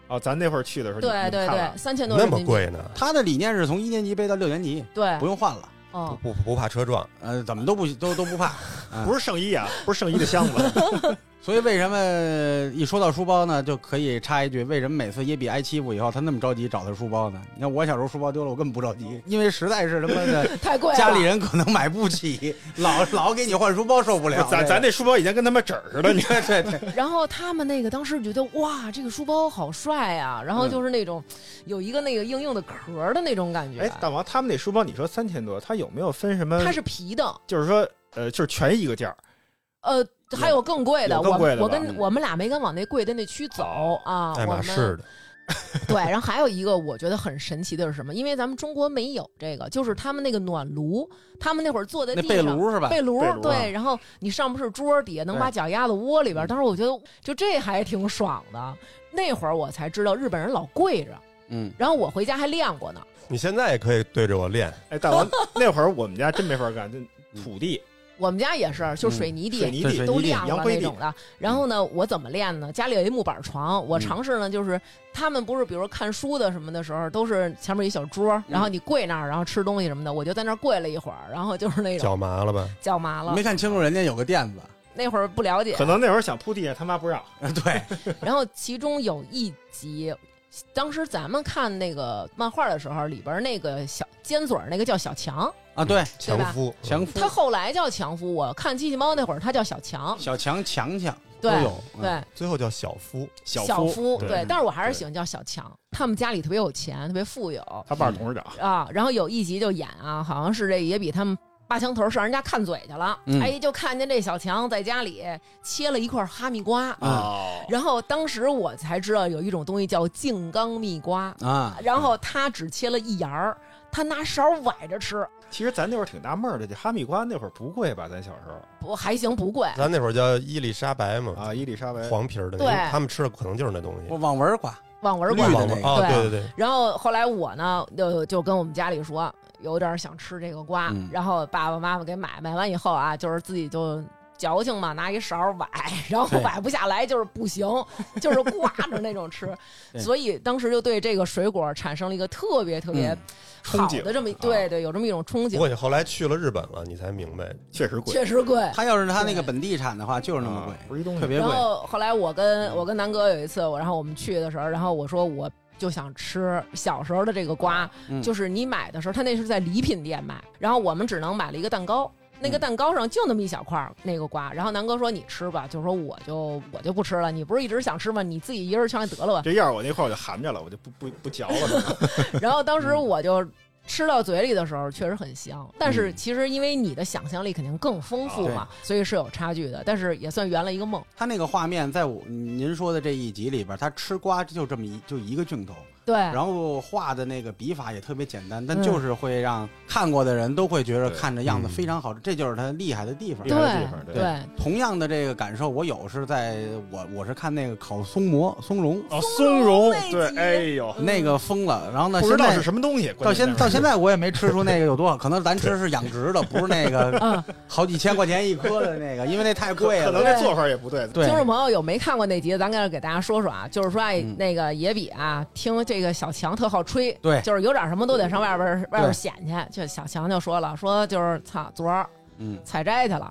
哦，咱那会儿去的时候，对你们对看对了，三千多那人民么币，贵呢？他的理念是从一年级背到六年级，对不，用换了，嗯，不不不怕车撞，呃，怎么都不都都不怕。 不是圣衣啊，不是圣衣的 箱子，所以为什么一说到书包呢，就可以插一句，为什么每次耶比挨欺负以后，他那么着急找他书包呢？你看我小时候书包丢了，我根本不着急，因为实在是他妈的太贵 了。家里人可能买不 起，老老给你换书包受不了。咱咱这那书包已经跟他妈纸儿似的，你看 对对，然后他们那个当时觉得哇，这个书包好帅啊，然后就是那种、有一个那个硬硬的壳儿的那种感觉， 哎，大王他们那书包，你说三千多，它有没有分什么？它是皮的，就是说，呃，就是全一个价儿，呃，有还有更贵的，有更贵的吧我我跟嗯我们俩没敢往那贵的那区走啊，爱马我们仕的，对，然后还有一个我觉得很神奇的是什么？因为咱们中国没有这个，就是他们那个暖炉，他们那会儿坐在那地被上。炉是吧？被炉被炉啊对，然后你上不是桌底下能对把脚丫子窝里边儿，嗯当时我觉得就这还挺爽的。那会儿我才知道日本人老跪着，嗯，然后我回家还练过呢。你现在也可以对着我练，哎，大王那会儿我们家真没法干，就土地、我们家也是，就嗯水泥水地、泥对水地，都泥地亮了洋灰那地种的。然后呢，我怎么练呢？家里有一木板床，我嗯尝试呢，就是他们不是比如看书的什么的时候，都是前面一小桌，然后你跪那儿，然后吃东西什么的。我就在那儿跪了一会儿，然后就是那种脚麻了吧？脚麻了没。看清楚人家有个垫子， 那会儿不了解可，能那会儿想铺地上，他妈不让。对，然后其中有一集。当时咱们看那个漫画的时候，里边那个小尖嘴儿那个叫小强，啊对，强夫，强夫他后来叫强夫。我看机器猫那会儿，他叫小强。小强强强都对有，嗯对，最后叫小夫，小小夫夫，对对，但是我还是对喜欢叫小强。他们家里特别有钱，特别富有他爸是董事长，啊。然后有一集就演啊，好像是这也比他们八强头上人家看嘴去了，嗯哎，就看见这小强在家里切了一块哈密瓜，嗯哦，然后当时我才知道有一种东西叫静冈蜜瓜，啊，然后他只切了一芽儿，他拿勺崴着吃，其实咱那会儿挺纳闷儿的，这哈密瓜那会儿不贵吧？咱小时候不还行，不贵。咱那会儿叫伊丽莎白嘛，啊，伊丽莎白，黄皮儿的，对他们吃的可能就是那东西哎我，网文瓜，网文绿馆的网那个啊，对对对对，然后后来我呢，就就跟我们家里说，有点想吃这个瓜，嗯然后爸爸妈妈给买，买完以后啊，就是自己就。矫情嘛，拿一勺儿崴，然后对崴不下来就是不行， 就是挂着那种吃， 对所以当时就对这个水果产生了一个特别特别嗯憧好憬的这么、啊对对，有这么一种憧不憬，过你后来去了日本了，你才明白，确实贵，确实贵。他要是他那个本地产的话，就是那么啊不是一东贵，西，特别然贵。后后来我跟我跟南哥有一次，我然后我们去的时候，然后我说我就想吃小时候的这个瓜，嗯就是你买的时候，他那是在礼品店买，然后我们只能买了一个蛋嗯糕。那个蛋糕上就那么一小块儿那个瓜，然后南哥说你吃吧，就说我就我就不吃了，你不是一直想吃吗？你自己一人全给得了吧。 这要是我那块儿我就含着了，我就不不不 嚼了。然后当时我就吃到嘴里的时候确实很香，嗯但是其实因为你的想象力肯定更丰富嘛，所以是有差距的，但是也算圆了一个梦。他那个画面，在我您说的这一集里边，他吃瓜就这么一就一个镜头，对，然后画的那个笔法也特别简单，但嗯就是会让看过的人都会觉得对看着样子嗯非常好，这就是他厉害的地方厉。害的地方对对，同样的这个感受，我有是在我我是看那个烤松蘑松茸哦，松松茸茸那，集对，哎呦，嗯那个疯了，然后呢，不知现道在是什么东西，关到键现到现在我也没吃出那个有多少，可能咱吃的是养殖的，不是那个嗯，好几千块钱一颗的那个，因为那太贵 可了。能这做法也不对，对听，众朋友有没看过那集的，咱给给大家说说啊，就是说哎，嗯那个野比啊，听这个小强特好吹，对就是有点什么都得上外边儿外边儿显去。就小强就说了，说就是操，昨儿嗯，采摘去了。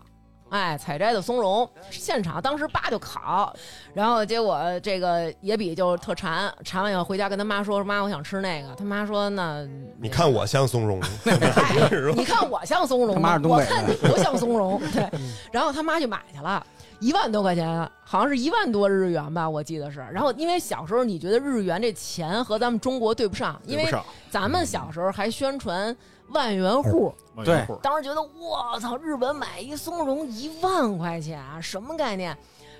哎，采摘的松茸，现场当时爸就烤，然后结果这个野比就特馋，馋完以后回家跟他妈说：“妈，我想吃那个。”他妈说：“那 你看我像松 茸，哎你看我像松茸他吗妈是？东我北的嗯看你不像松茸。对，然后他妈就买去了，一万多块钱，好像是一万多日元吧，我记得是。然后因为小时候你觉得日元这钱和咱们中国对不上，因对不为上。咱们小时候还宣传万元户，往对远处当时觉得我操，日本买一松茸一万块钱，什么概念？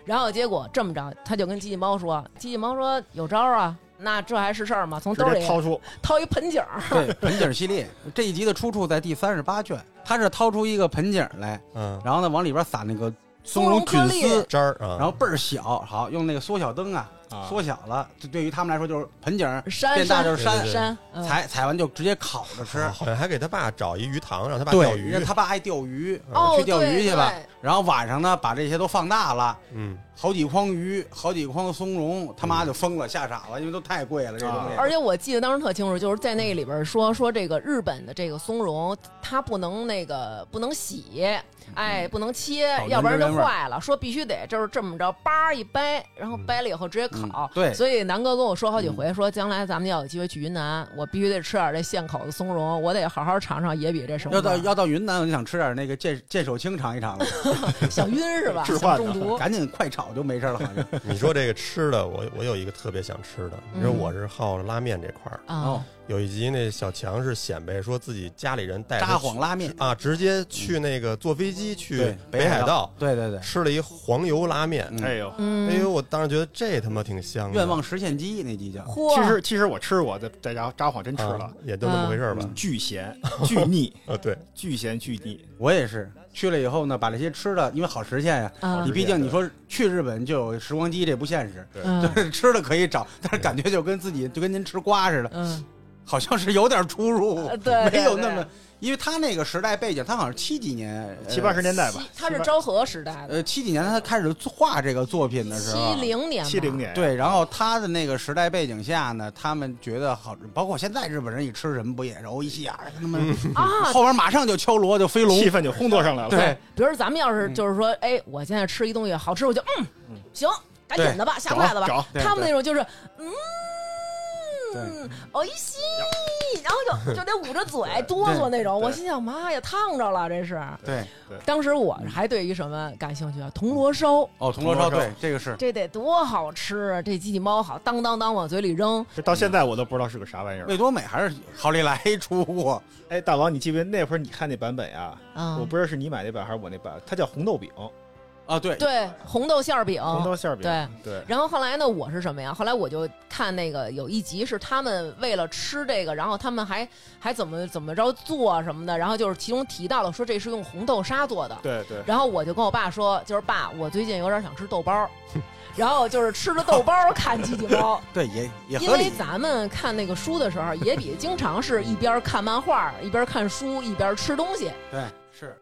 然后结果这么着，他就跟机器猫说，机器猫说有招儿啊。那这还是事儿吗？从兜直里接掏出，掏一盆景儿，对， 盆景系列这一集的出处在第三十八卷，他是掏出一个盆景来，嗯，然后呢往里边撒那个松茸茸颗菌粒丝，渣儿啊，然后倍儿小，好用那个缩小灯啊，啊缩小了，就对于他们来说就是盆景儿，山变大山就是山山对，山，嗯采采完就直接烤着吃啊。好像还给他爸找一鱼塘，让他爸钓对，鱼让。他爸爱钓鱼，呃哦，去钓对鱼去吧。对然后晚上呢，把这些都放大了，嗯，好几筐鱼，好几筐松茸，他妈就疯了，吓傻了，因为都太贵了这啊东西。而且我记得当时特清楚，就是在那里边说说这个日本的这个松茸，它不能那个不能洗，嗯哎，不能切保，留要不然就原味儿坏了。说必须得就是这么着，叭一掰，然后掰了以后直接烤嗯。对嗯所以南哥跟我说好几回，说将来咱们要有机会去云南，我必须得吃点这现烤的松茸，我得好好尝尝野比这什么要到啊味儿要到云南，我就想吃点那个剑剑手青尝一尝了，想晕是 吧？置想换的中毒。赶紧快炒就没事了，好 像。 你说这个吃的，我我有一个特别想吃的。你说我是好拉面这块儿，哦啊，有一集那小强是显摆说自己家里人带他札去幌拉面，啊，直接去那个坐飞机去嗯对北海道对对对，吃了一黄油拉面。嗯哎呦，嗯，哎呦，我当时觉得这他妈挺香啊的。愿望实现机那集叫。嚯，其实其实我吃过，在在札札幌真吃啊了，也就那么回事儿吧嗯。巨 咸、巨腻、啊，对，巨咸、巨腻。我也是去了以后呢，把这些吃的，因为好实现呀、啊你毕竟你说去日本就有时光机，这不现实。嗯就是 吃的可以找，但是感觉就跟自己就跟您吃瓜似的，嗯，好像 是有点出入呃， 对没有对那对么，因为他那个时代背景，他好像是七几年，七八十年代吧七，他是昭和时代的，呃，七几年他开始画这个作品的时七候，零年吧，七零年，对，然后他的那个时代背景下呢，他们觉得好，包括现在日本人一吃什么不也是欧一西啊，他们啊， 后边马上就敲锣就飞龙，气氛就烘托上来了。对，比如说咱们要是就是说，哎，我现在吃一东西好吃，我就嗯嗯行，赶紧的吧，下找筷子吧。找对他们那种就是对嗯，哦一吸，然后就就得捂着嘴哆嗦那种。对我心想，妈呀，烫着了这是。对，当时我还对于什么感兴趣啊？铜锣烧，哦，铜锣铜烧，锣烧对，这个是这得多好吃啊！这机器猫好，当当当往嘴里扔，这到现在我都不知道是个啥玩意儿。味多美还是好利来出过，哎，大王，你记不记得那会儿你看那版本啊？啊，我不知道是你买那版还是我那版，它叫红豆饼，哦啊，对，对红豆馅儿饼，红豆馅儿饼。对对，然后后来呢，我是什么呀？后来我就看那个有一集是他们为了吃这个，然后他们还还怎么怎么着做什么的，然后就是其中提到了说这是用红豆沙做的。对对，然后我就跟我爸说，就是爸，我最近有点想吃豆包儿，然后就是吃了豆包儿看机器 猫，对，也也因合为理，咱们看那个书的时候，也比经常是一边看漫画一边看书一边吃东西。对，是。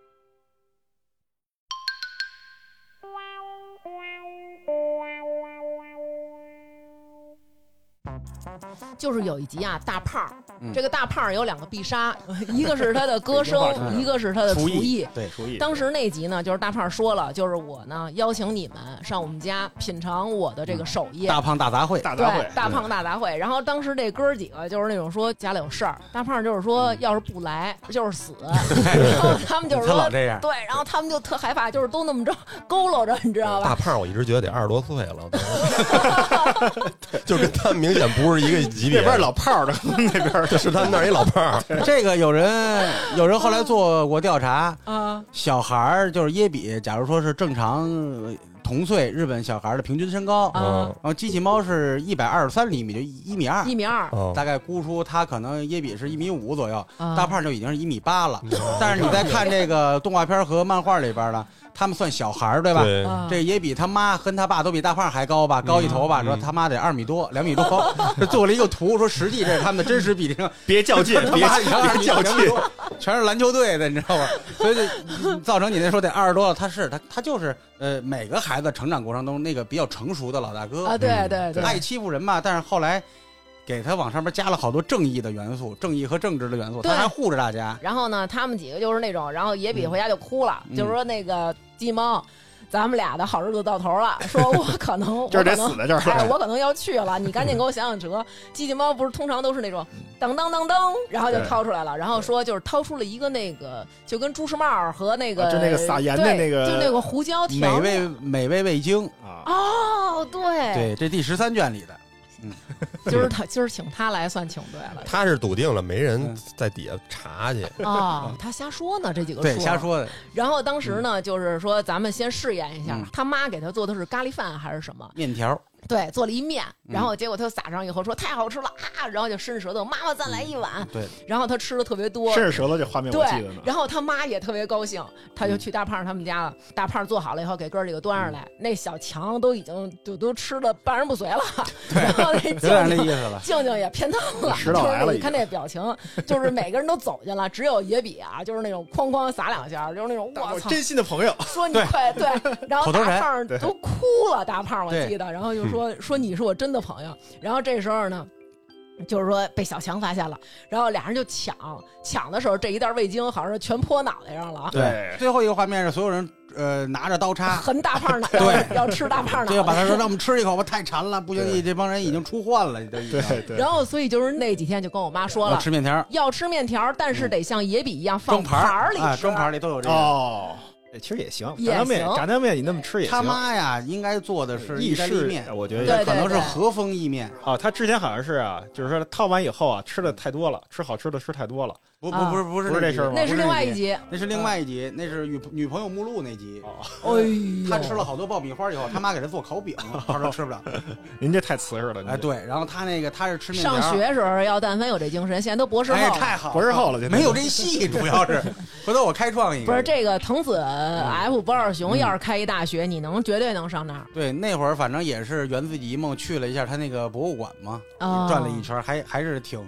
就是有一集啊，大胖儿，嗯这个大胖儿有两个必杀，一个是他的歌北京话说声，的一个是他呃的厨艺。对，厨艺。当时那集呢，就是大胖说了，就是我呢邀请你们上我们家品尝我的这个手艺。嗯大胖大嗯杂烩，大对杂烩，大胖大杂烩，然后当时这哥儿几个就是那种说家里有事儿，大胖就是说要是不来就是 死，然后他们就是嗯他说老这样对，然后他们就特害怕，就是都那么着 佝偻着，你知道大吧？胖，我一直觉得得二十多岁了，就跟他明显不是一个级别。 那边老炮儿的那边儿是他们那儿一老胖儿， 这个有人有人后来做过调查，啊，小孩儿就是耶比，假如说是正常呃同岁日本小孩儿的平均身高，啊然嗯后机器猫是一百二十三厘米，就一米二一，米二，哦，大概估出他可能耶比是一米五左右，啊嗯大胖就已经是一米八了。但是你再看这个动画片儿和漫画里边儿呢，他们算小孩儿对吧？对，啊这也比他妈跟他爸都比大胖还高吧，高一头吧，嗯说他妈得二米多，两米 多，这做了一个图，说实际这是他们的真实比例，别较 劲，他 别妈你看二米别较多，两米劲。多， 全是篮球队的，你知道吧？所以就造成你那说得二十多了，他是他他就是呃，每个孩子成长过程中那个比较成熟的老大啊，哥，对对对，爱欺负人吧，但是后来给他往上面加了好多正义的元素，正义和正直的元素，对他还护着大家，然后呢，他们几个就是那种，然后野比嗯回家就哭了，嗯就是说那个鸡猫，咱们俩的好日子到头了，说我可能，我就是可得能死。在 这儿。哎，我可能要去了，你赶紧给我想想辙。机器猫不是通常都是那种当当当当，然后就嗯对掏出来了，然后说就是掏出了一个那个，就跟朱时茂和那个啊就那个撒盐的对那个就那个胡椒美调味美味味精，啊，哦，对，对，这第十三卷里的。就是他今儿请他来算请对 了他是笃定了，没人嗯在底下查去。哦，他瞎说呢，这几个对，瞎说的然后当时呢，就是说咱们先试验一下嗯，他妈给他做的是咖喱饭还是什么？面条，对，做了一面，嗯然后结果他就撒上以后说太好吃了啊，然后就伸舌头，妈妈再来一碗， 对，然后他吃的特别多，伸着舌头这画面我记对得呢，然后他妈也特别高兴，他就去大胖他们家了。大胖做好了以后，给哥儿几个端上来，那小强都已经就都吃的半人不遂了。 然后那有点静那意静，思 了。静静也偏烫了，食就道癌是了你已看那表情，就是每个人都走进了，只有野比啊，就是那种哐哐撒两下，就是那种我我操，真心的朋友，说你对 快对，然后口头大禅嗯胖对都哭了，大胖我对记得，然后就说说你是我真的朋友，然后这时候呢。就是说被小强发现了，然后俩人就抢，抢的时候这一袋味精好像是全泼脑袋上了啊， 对最后一个画面是所有人呃拿着刀叉，横大胖脑，对要吃大胖这个脑把袋。他说让我 们吃一口吧，太馋了，不行，对你这帮人已经出患了，都已经对对，然后所以就是那几天就跟我妈说要了，吃面条儿，要吃面条，但是得像野比一样放嗯装盘儿里啊，吃装盘儿里都有这个。哦，哎其实也行，也炸酱面行炸酱面你那么吃也他行，妈呀，应该做的是意意大利式面，我觉得对也对可能是对和风意面，哦，他之前好像是啊，就是说套完以后啊，吃的太多了，吃好吃的吃太多了。不啊不不是不是不是那这集事儿吗那是另外一，嗯集。那是另外一集，那是女女朋友目录那集。哦，哎呦他吃了好多爆米花以后，他妈给他做烤 饼，他说吃不了。您这太瓷实了，您哎，这对，然后他那个他是吃面条上儿，学时候要但凡有这精神，现在都博士后哎，了。太好了，博士后了现在没有这戏，主要是回头我开创一个。不是这个藤子嗯 F 不二雄要是开一大学，你能绝对能上那儿对，那会儿反正也是圆自己一梦，去了一下他那个博物馆嘛，啊！转了一圈儿，还还是挺，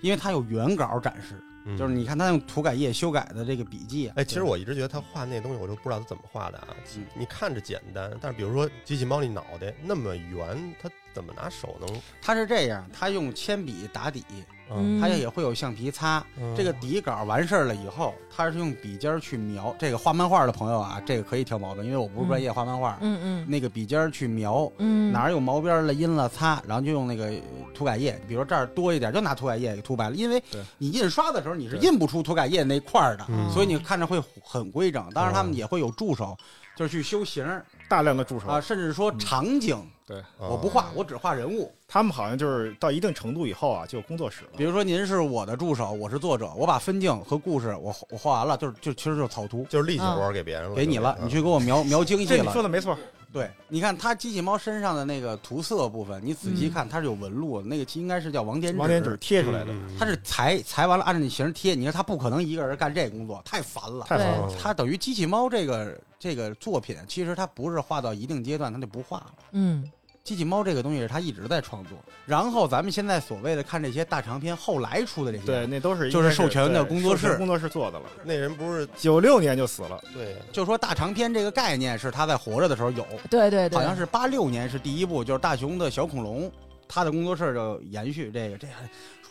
因为他有原稿展示，嗯就是你看他用涂改液修改的这个笔记啊。哎，其实我一直觉得他画那东西，我都不知道他怎么画的啊。嗯你看着简单，但是比如说机器猫那脑袋那么圆，他怎么拿手能？他是这样，他用铅笔打底，嗯他也会有橡皮擦。嗯这个底稿完事儿了以后，他是用笔尖儿去描。这个画漫画的朋友啊，这个可以挑毛病，因为我不是专业画漫画。嗯嗯那个笔尖儿去描，嗯，哪儿有毛边儿了、阴了擦，然后就用那个呃涂改液，比如这儿多一点，就拿涂改液给涂白了。因为对你印刷的时候你是对印不出涂改液那块儿的，嗯所以你看着会很规整。当然，他们也会有助手，就是去修形儿大量的助手啊，，甚至说哦嗯哦场景，对啊我不画，我只画人物。他们好像就是到一定程度以后啊，就有工作室了比，如说您是我的助手，我是作者，我把分镜和故事我我画完了，就是就其实就是草图。就是力气活儿给别人了，啊给你了，就是你去给我 描描精细哦嗯这你说了。的没错，对，你看它机器猫身上的那个涂色部分，你仔细看，它是有纹路的，那个应该是叫网点嗯王天纸贴出来的，嗯嗯他是裁裁完了，按照你形儿贴。你看他不可能一个人干这工作，太烦了。太好了。他等于机器猫这个这个作品，其实他不是画到一定阶段他就不画了。嗯机器猫这个东西是他一直在创作。然后咱们现在所谓的看这些大长篇，后来出的这些，对，，那都是就是应该授权的对工作室授权工作室做的了。那人不是九六年就死了，对就说大长篇这个概念是他在活着的时候有，对对对，好像是八六年是第一部，就是大雄的小恐龙，他的工作室就延续这个这个。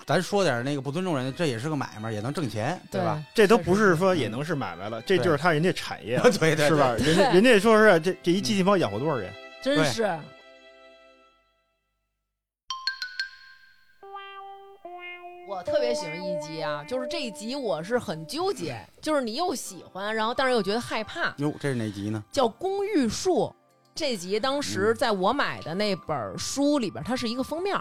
咱说点那个不尊重人，这也是个买卖，也能挣钱，对对吧？？这都不是说也能是买卖了，这就是他人家产 业对，对对，是吧？人家人家说是啊这这一机器猫养活多少人？真对是我特别喜欢一集啊，就是这一集我是很纠结，就是你又喜欢，然后但是又觉得害怕，哟，这是哪集呢？叫《公寓树》。这集当嗯时在我买的那本书里边，它是一个封面，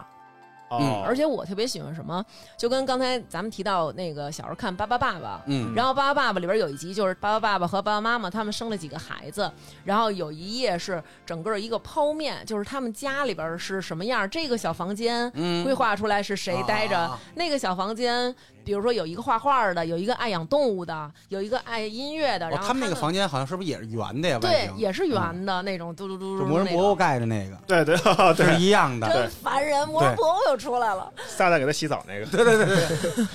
嗯哦，而且我特别喜欢什么，就跟刚才咱们提到那个小时候看《巴巴爸爸》。嗯，然后《巴巴爸爸》里边有一集，就是巴巴爸爸和爸爸妈妈他们生了几个孩子，然后有一页是整个一个剖面，就是他们家里边是什么样，这个小房间嗯规划出来是谁待着，啊啊啊那个小房间，比如说有一个画画的，有一个爱养动物的，有一个爱音乐的，哦然，后他们那个房间好像是不是也是圆的呀？外对形也是圆的、那种，嘟嘟嘟就嘟魔人那布欧种。盖的那个对 对对是，一样的。真烦人，魔人布偶又出来了。萨萨给他洗澡那个，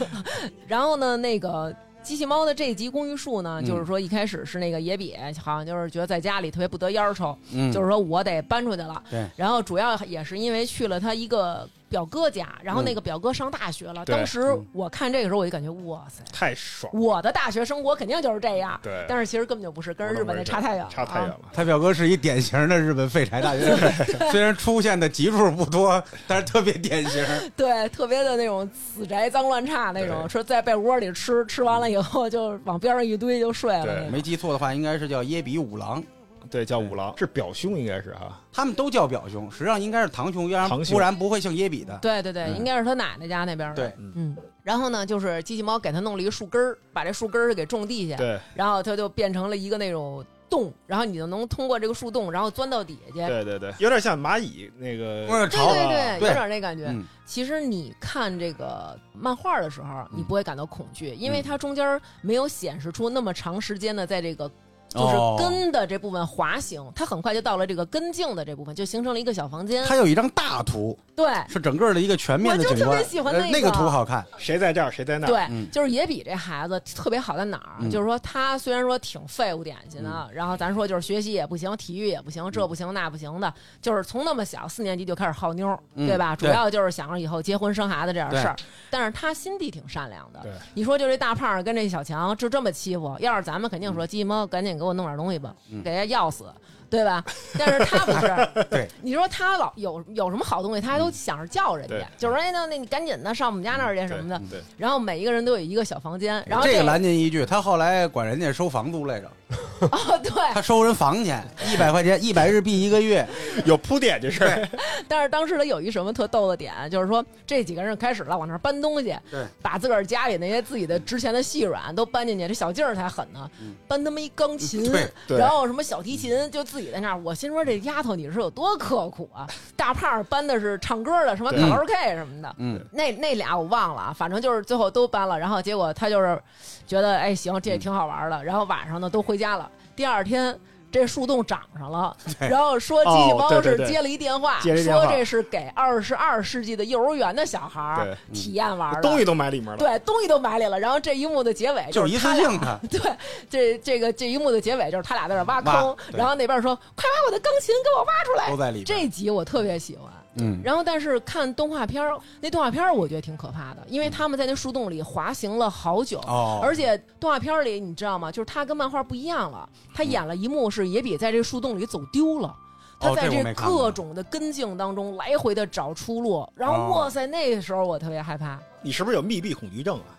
然后呢，那个机器猫的这一集《公寓树》呢，嗯就是说一开始是那个野比，好像就是觉得在家里特别不得烟儿抽，嗯，就是说我得搬出去了。对然后主要也是因为去了他一个表哥家，然后那个表哥上大学了。对当时我看这个时候，我就感觉哇塞，太爽。我的大学生活肯定就是这样。对，但是其实根本就不是，跟我日懂本我那这差太远了，差太远啊。了。他表哥是一典型的日本废柴大学生， 虽然出现的集数不多，但是特别典型。 对，特别的那种死宅脏乱差那种，说在被窝里吃，吃完了以后就往边上一堆就睡了对那种。没记错的话，应该是叫耶比五郎，对，叫五郎是表兄，应该是哈。他们都叫表兄，实际上应该是堂兄，要堂然兄不然不会姓耶比的。对对对，嗯应该是他奶奶家那边的。对，嗯。然后呢，就是机器猫给他弄了一树根儿，把这树根儿给种地下，对，然后他就变成了一个那种洞，然后你就能通过这个树洞，然后钻到底下去。对对对，有点像蚂蚁那我个，有点对潮，对啊对，对有点那感觉。嗯，其实你看这个漫画的时候，你不会感到恐惧，因为嗯它中间没有显示出那么长时间的在这个就是哦根的这部分滑行，它很快就到了这个根茎的这部分，就形成了一个小房间。它有一张大图，对是整个的一个全面的景观，我就特别喜欢呃那个那图好看，谁在这儿谁在那儿，对，嗯就是野比这孩子特别好在哪儿？嗯就是说他虽然说挺废物点心的，然后咱说就是学习也不行，体育也不行，这嗯不行那不行的，就是从那么小四年级就开始好妞儿，嗯对吧？主对要就是想着以后结婚生孩子这点事儿。但是他心地挺善良的对。你说就这大胖儿跟这小强就这么欺负，要是咱们肯定说鸡猫赶紧给我弄点东西吧，嗯给他要死。对吧？但是他不是， 对，你说他老有有什么好东西，他还都想着叫人家对，就是说哎，那那你赶紧的上我们家那儿嗯去什么的，对，然后每一个人都有一个小房间，然后这这个拦您一句，他后来管人家收房租来着， 哦对， 他收人房钱，一百块钱，一百日币一个月，对有铺垫这事儿，但是当时他有一什么特逗的点，就是说这几个人开始了往那儿搬东西，对，把自个儿家里那些自己的值钱的细软都搬进去，这小劲儿才狠呢嗯，搬他妈一钢琴，对对然后什么小提琴，就自己在那儿，我心说这丫头你是有多刻苦啊，大胖儿搬的是唱歌的，什么卡对拉 OK 什么的，嗯，那那俩我忘了啊，反正就是最后都搬了，然后结果他就是觉得哎行，嗯这也挺好玩的，然后晚上呢都回家了。第二天这树洞长上 了，对然后说机器哦猫对对是对接了一电话，接了一电话说这是给二十二世纪的幼儿园的小孩儿对嗯体验玩的，东西都埋里面了，对东西都买里了。然后这一幕的结尾哎就是一他次俩性的，对，这这个这一幕的结尾就是他俩在那儿挖坑挖，对然后那边说快把我的钢琴给我挖出来都。在里边。这集我特别喜欢。嗯，然后，但是看动画片儿，那动画片儿我觉得挺可怕的，因为他们在那树洞里滑行了好久，嗯哦，而且动画片儿里你知道吗？就是他跟漫画不一样了，他嗯演了一幕是野比在这树洞里走丢了。他哦在这我没看过各种的根茎当中来回的找出路，然后哦哇塞，那时候我特别害怕，你是不是有密闭恐惧症啊？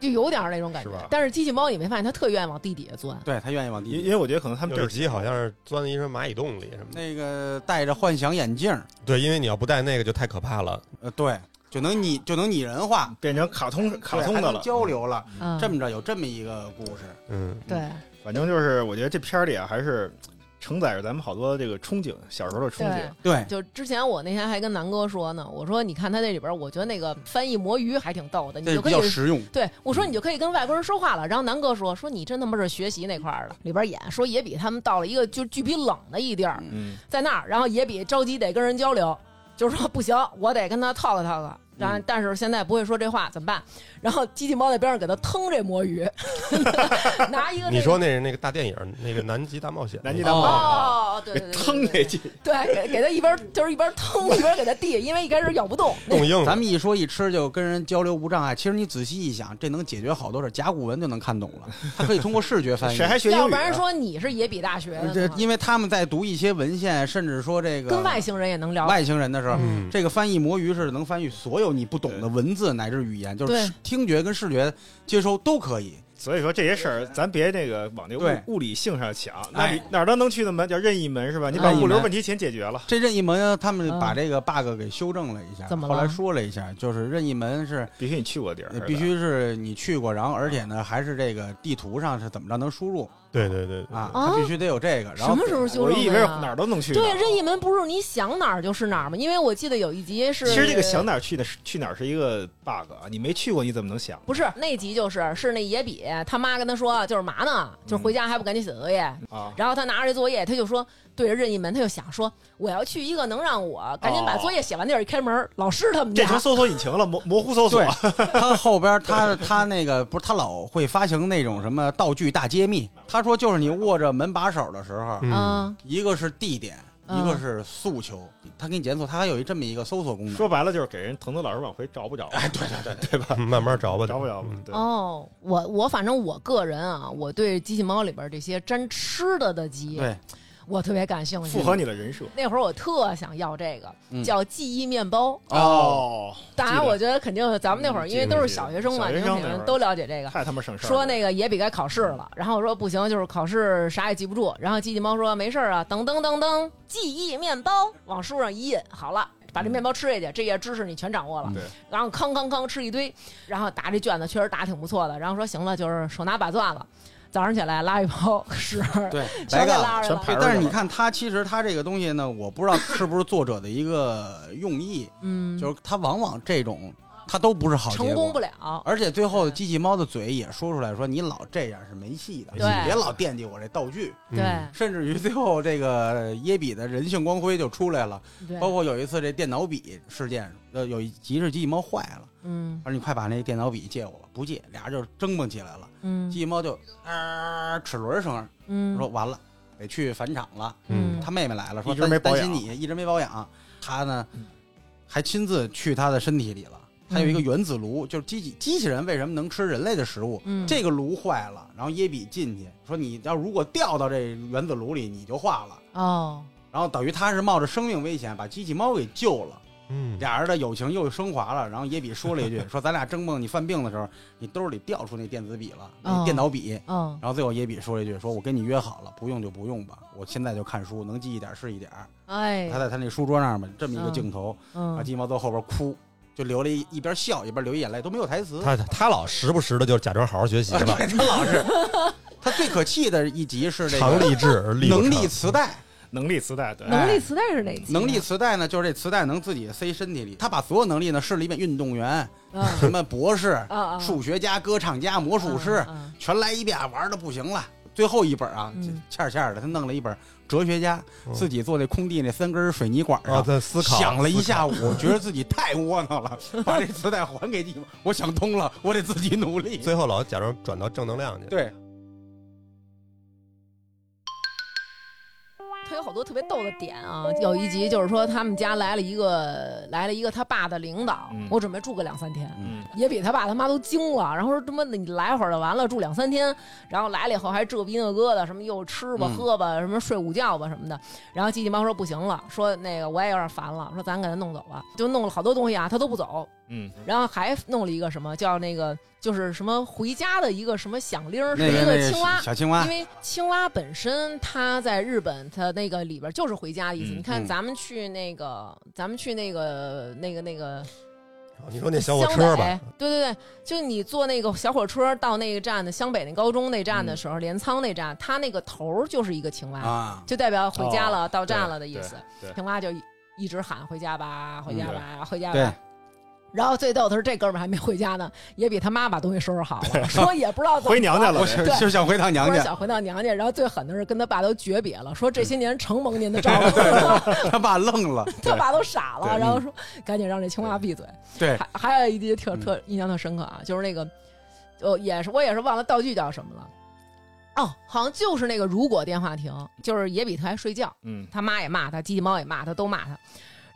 就有点儿那种感觉是吧。但是机器猫你没发现它特愿意往地底下钻，对他愿意往因地因为我觉得可能他们有一这集好像是钻一什么蚂蚁洞里什么的。那个戴着幻想眼镜儿，对，因为你要不戴那个就太可怕了。呃，对，就能拟就能拟人化，变成卡通卡对通还的能了，交流了。嗯，这么着有这么一个故事，嗯，对，反正就是，我觉得这片儿里啊，还是承载着咱们好多这个憧憬，小时候的憧对憬。对，就之前我那天还跟南哥说呢，我说你看他那里边儿，我觉得那个翻译魔鱼还挺逗的，你这就比可以较实用。对，我说你就可以跟外国人说话了。然后南哥说说你真他妈是学习那块儿的，嗯里边演说也比他们到了一个就巨比冷的一地儿，嗯，在那儿，然后也比着急得跟人交流，就是说不行，我得跟他套个套个。然后嗯但是现在不会说这话怎么办？然后机器猫在边上给他腾这魔 芋，拿一个那个你说那是那个大电影，那个《南极大冒险》。南极大冒哦险哦，哦对给对对对，腾对那劲，对给给他一边就是一边腾一边给他递，因为一开始咬不动。那冻硬了。咱们一说一吃就跟人交流无障碍，其实你仔细一想，这能解决好多事儿。甲骨文就能看懂 了，它可以通过视觉翻译谁。还 学英语啊？要不然说你是野比大学的这呢，因为他们在读一些文献，甚至说这个跟外星人也能聊。外星人的时候，嗯这个翻译魔鱼是能翻译所有你不懂的文字乃至语言，就是对视听觉跟视觉接收都可以。所以说这些事儿，咱别那个往那对个物物理性上想。那哎你哪儿都能去的门叫任意门是吧？你把任意物流门问题先解决了，这任意门啊他们嗯把这个 bug 给修正了一下，怎么了后来说了一下，就是任意门是必须你去过地儿呃，必须是你去过，然后而且呢还是这个地图上是怎么着能输入对对对对啊，啊它必须得有这个。然什后么时候修我正的以为呀哪儿都能去呢。对，任意门不是你想哪儿就是哪儿吗？因为我记得有一集是，其实这个想哪儿去的去哪儿是一个 bug 啊，你没去过你怎么能想？不是那集就是是那野比他妈跟他说就是嘛呢，就是回家还不赶紧写作业。啊，然后他拿着这作业，他就说对着任意门，他就想说我要去一个能让我赶紧把作业写完地儿。一开门，老师他们哦这家成搜索引擎了，啊模模糊搜索对。他后边他他那个不是他老会发行那种什么道具大揭秘，他说就是你握着门把手的时候，嗯，嗯一个是地点，嗯一个是诉求，他给你检索，他还有一这么一个搜索功能。 说白了就是给人腾腾老师往回找不着，哎对对对，对吧？慢慢找吧，找不着吧嗯？对哦，我我反正我个人啊，我对机器猫里边这些沾吃的的集， 对，我特别感兴趣。符合你的人设。那会儿我特想要这个，嗯叫记忆面包。哦，当然，我觉得肯定咱们那会儿，嗯因为都是小学生嘛，记你们得小学生肯那定会儿嗯都了解这个。太他妈省事儿了。说那个也比该考试了，然后我说不行，就是考试啥也记不住。然后机器猫说没事儿啊，噔噔噔噔，记忆面包往书上一印，好了，把这面包吃下去，这些知识你全掌握了嗯对。然后康康康吃一堆，然后答这卷子确实答挺不错的。然后说行了，就是手拿把攥了。早上起来拉一泡屎，对，全白给干拉出全来排了。着但是呢你看他，其实他这个东西呢，我不知道是不是作者的一个用意，嗯，就是他往往这种他都不是好结果成功不，了。而且最后对机器猫的嘴也说出来说你老这样是没戏的，没戏对你别老惦记我这道具，嗯对嗯甚至于最后这个耶比的人性光辉就出来了，对，包括有一次这电脑笔事件，呃，有一集是机器猫坏了，嗯他说你快把那电脑笔借我吧，不借，俩人就争蹦起来了，嗯机器猫就啊、齿轮声，嗯，说完了得去返场了。嗯他妹妹来了，说一直没担保担养心你一直没保养，他呢嗯还亲自去他的身体里了。他有一嗯个原子炉，就是机器机器人为什么能吃人类的食物？嗯这个炉坏了，然后耶比进去说：“你要如果掉到这原子炉里，你就化了。哦，”然后等于他是冒着生命危险把机器猫给救了，嗯，俩人的友情又升华了。然后耶比说了一 句：“说咱俩争梦你犯病的时候，你兜里掉出那电子笔了，那哦电脑笔。嗯然后最后耶比说了一句：“说我跟你约好了，不用就不用吧，我现在就看书，能记一点是一点儿。”哎他，在他那书桌那儿嘛，这么一个镜头，啊，嗯金毛在后边哭，就流了一一边笑一边流眼泪，都没有台词。他他老时不时的就假装好好学习啊吧， 对他老是，他最可气的一集是这常个立志，立不能长力磁带，能力磁带对，哎能力磁带是哪集嗯啊？能力磁带呢，就是这磁带能自己塞身体里。他把所有能力呢试了一遍，运动 员、 嗯啊什么博士、啊，数学家、歌唱家、魔术师，嗯全来一遍，玩的不行了。最后一本啊嗯，欠儿欠儿的，他弄了一本哲学家，嗯自己坐那空地那三根水泥管啊，上，在思考，想了一思考下午，觉得自己太窝囊了，把这磁带还给你吧。我想通了，我得自己努力。最后老假装转到正能量去。对，他有好多特别逗的点啊。有一集就是说他们家来了一个来了一个他爸的领导嗯，我准备住个两三天。嗯，也比他爸他妈都惊了，然后说他妈的你来会儿就完了，住两三天，然后来了以后还这逼那个的，什么又吃吧、嗯喝吧，什么睡午觉吧什么的。然后机器猫说不行了，说那个我也有点烦了，说咱给他弄走吧，就弄了好多东西啊，他都不走，嗯，然后还弄了一个什么叫那个就是什么回家的一个什么响铃儿，是那一个那青蛙。小青蛙因，为青蛙本身它在日本，它那个里边就是回家的意思。嗯你看嗯咱们去那个，咱们去那个那个那个啊你说那小火车吧湘，北对对对，就你坐那个小火车到那个站的湘北那高中那站的时候，镰仓那站，它那个头儿就是一个青蛙，啊，就代表回家了、到站对了的意思。对对青蛙就一一直喊回家吧，回家吧，回家嗯对吧。然后最逗的是，这哥们儿还没回家呢， 也比他妈把东西收拾好 了，说也不知道怎么回娘家了我呗，是对就想回趟娘突然家，想回到娘家。然后最狠的是跟他爸都诀别了，说这些年承蒙您的照 顾，他爸愣了。他爸都傻了，对然后说赶紧让这青蛙闭嘴。嗯对，还还有一集特嗯特印象特深刻啊，就是那个，呃，也是我也是忘了道具叫什么了。哦，好像就是那个如果电话亭，就是野比特还睡觉，嗯他妈也骂他，机器猫也骂他，都骂他。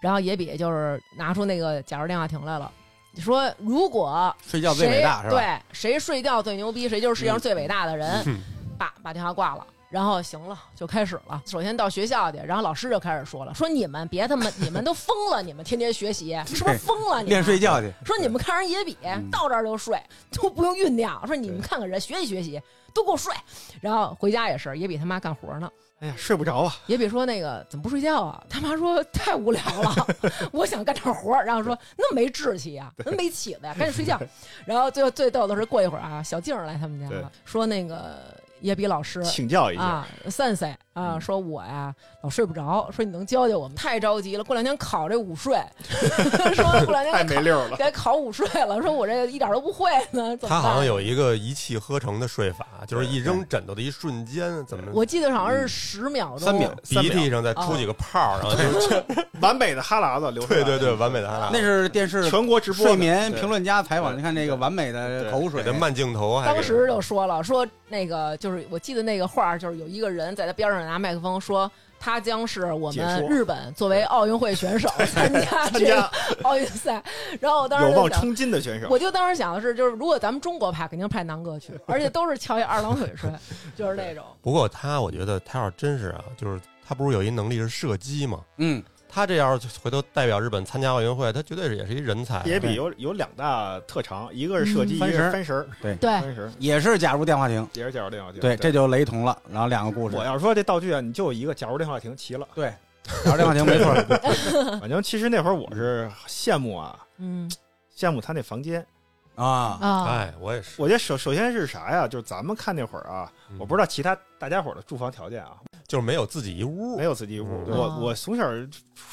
然后野比就是拿出那个假如电话亭来了，你说如果睡觉最谁伟大是吧？嗯对谁睡觉最牛逼，谁就是世界上最伟大的人， 把把电话挂了。然后行了，就开始了。首先到学校去，然后老师就开始说了，说你们别他妈，你们都疯了，你们天天学习是不是疯了？你们练睡觉去，说你们看人野比嗯到这儿就睡，都不用酝酿。说你们看看人学习学习，都给我睡。然后回家也是，野比他妈干活呢。哎呀，睡不着啊，野比说那个怎么不睡觉啊？他妈说太无聊了， 我想干点活儿。然后说那没志气呀、那没起子呀，赶紧睡觉。然后最后最逗的是过一会儿啊，小静儿来他们家对了，说那个野比老师请教一下，嗯啊，sensei 啊，说我呀老睡不着，说你能教教我们？太着急了，过两天考这午睡， 说过两太天没溜儿了，该考午睡了，说我这一点都不会呢，怎么办？他好像有一个一气呵成的睡法，就是一扔枕头的一瞬间，怎么我哦记得好像是十秒钟，三秒三鼻秒涕上再出几个泡，然后就完美的哈喇子流出来对了，对对，完美的啊哈那是电视全国直播的睡眠对评论家采访，对你看这个完美的对口给水啊他，慢镜头，啊哎还当给时就说了，说那个就是我记得那个画儿，就是有一个人在他边上拿麦克风说。他将是我解们说日本作为奥运会选手参加参这个加奥运赛，然后我当时有就望想，冲金的选手，我就当时想的是，就是如果咱们中国派，肯定派南 哥去，而且都是翘一二郎腿睡，就是那种，不过他，我觉得他要是真是啊，就是他不是有一能力是射击吗？嗯，他这要是回头代表日本参加奥运会，他绝对是也是一人才。野比有有两大特长，一个是射击，嗯一翻个绳儿是翻绳儿，对，翻绳儿，也是假如电话亭，也是假如电话亭，对，这就雷同了。然后两个故事我，要说这道具啊，你就有一个假如电话亭 齐了。对，假如电话亭没 错，反正其实那会儿我是羡慕啊，嗯羡慕他那房间，啊，啊，哎，我也是，我觉得首首先是啥呀？就是咱们看那会儿啊，我不知道，道其他大家伙儿的住房条件啊，就是没有自己一屋没，有自己屋。嗯我哦我从小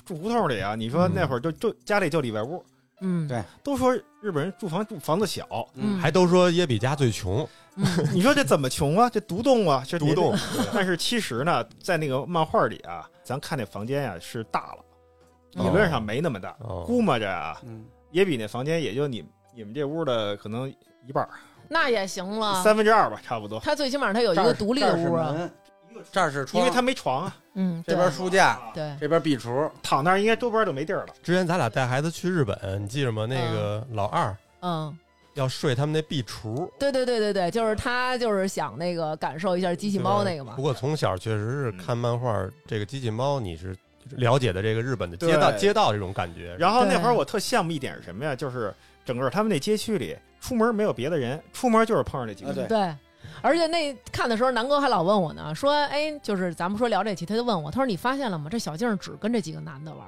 住胡同里啊，你说那会儿就就家里就里外屋，嗯，对都说日本人住房住房子小，嗯，还都说耶比家最穷， 嗯你说这怎么穷啊？这独栋啊，这独栋。但是其实呢，在那个漫画里啊，咱看那房间呀、是大了，嗯理论上没那么大，哦估摸着啊，嗯，也比那房间也就你你们这屋的可能一半儿、那也行了。三分之二吧，差不多。他最起码他有一个独立的屋啊，这儿是因窗，为他没床啊，嗯，这对边书架，啊对，这边壁橱，躺那儿应该多半就没地儿了。之前咱俩带孩子去日本，你记着吗？那个老二嗯，要睡他们那壁橱，对对对对对，就是他就是想那个感受一下机器猫那个嘛不，过从小确实是看漫画，这个机器猫你是了解的这个日本的对街道街道这种感觉。然后那对会儿我特羡慕一点是什么呀？就是整个他们那街区里，出门没有别的人，出门就是碰上那几个啊人。对对。而且那看的时候，南哥还老问我呢，说：“哎，就是咱们说聊这期，他就问我，他说你发现了吗？这小静只跟这几个男的 玩，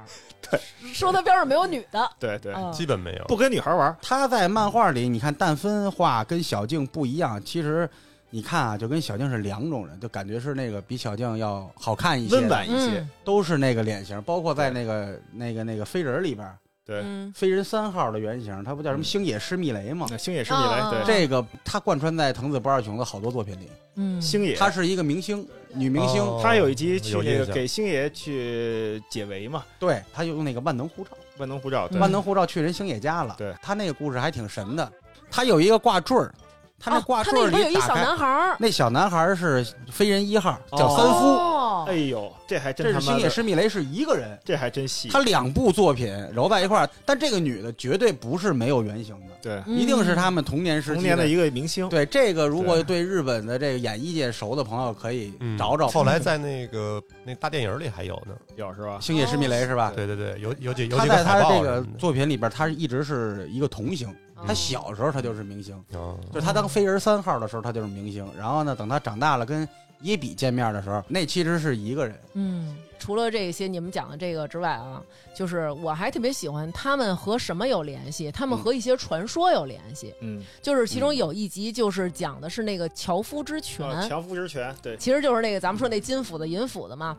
对，说他边上没有女的，对对嗯基本没有，不跟女孩玩儿。他在漫画里，你看但分画跟小静不一样，其实你看啊，就跟小静是两种人，就感觉是那个比小静要好看一些，温，婉一些，嗯都是那个脸型，包括在那个那个那个飞人里边儿，对，嗯飞人三号的原型，他不叫什么星野施密雷吗？那星野是米啊雷，对，这个他贯穿在藤子不二雄的好多作品里，嗯，星野，她是一个明星，女明星，哦他有一集去有那印个象给星爷去解围嘛，对，她就用那个万能护照，万能护照，对嗯万能护照去人星野家了。对，她那个故事还挺神的，她有一个挂坠儿，她那挂啊他坠儿那边有里打一小开，男孩儿，那小男孩儿是飞人一号，叫哦三夫。夫哎呦，这还真这他是妈星的野，施密雷是一个人，这还真细，他两部作品揉在一块儿，但这个女的绝对不是没有原型的，对，一定是他们童年时期童年的一个明星，对这个，如果对日本的这个演艺界熟的朋友可以嗯找找。后来在那个那大电影里还有呢，有是吧？星野施密雷是吧？对对哦对，有有几有他几个在海他报这什个么的作品里边，他一直是一个童星。哦他小时候他就是明星，哦就是他当飞人三号的时候他就是明星。然后呢，等他长大了跟耶比见面的时候，那其实是一个人。嗯，除了这些你们讲的这个之外啊，就是我还特别喜欢他们和什么有联系？他嗯们和一些传说有联系。嗯，就是其中有一集就是讲的是那个樵夫哦之拳，啊强夫之权，对，其实就是那个咱们说那金斧子、银斧子嘛。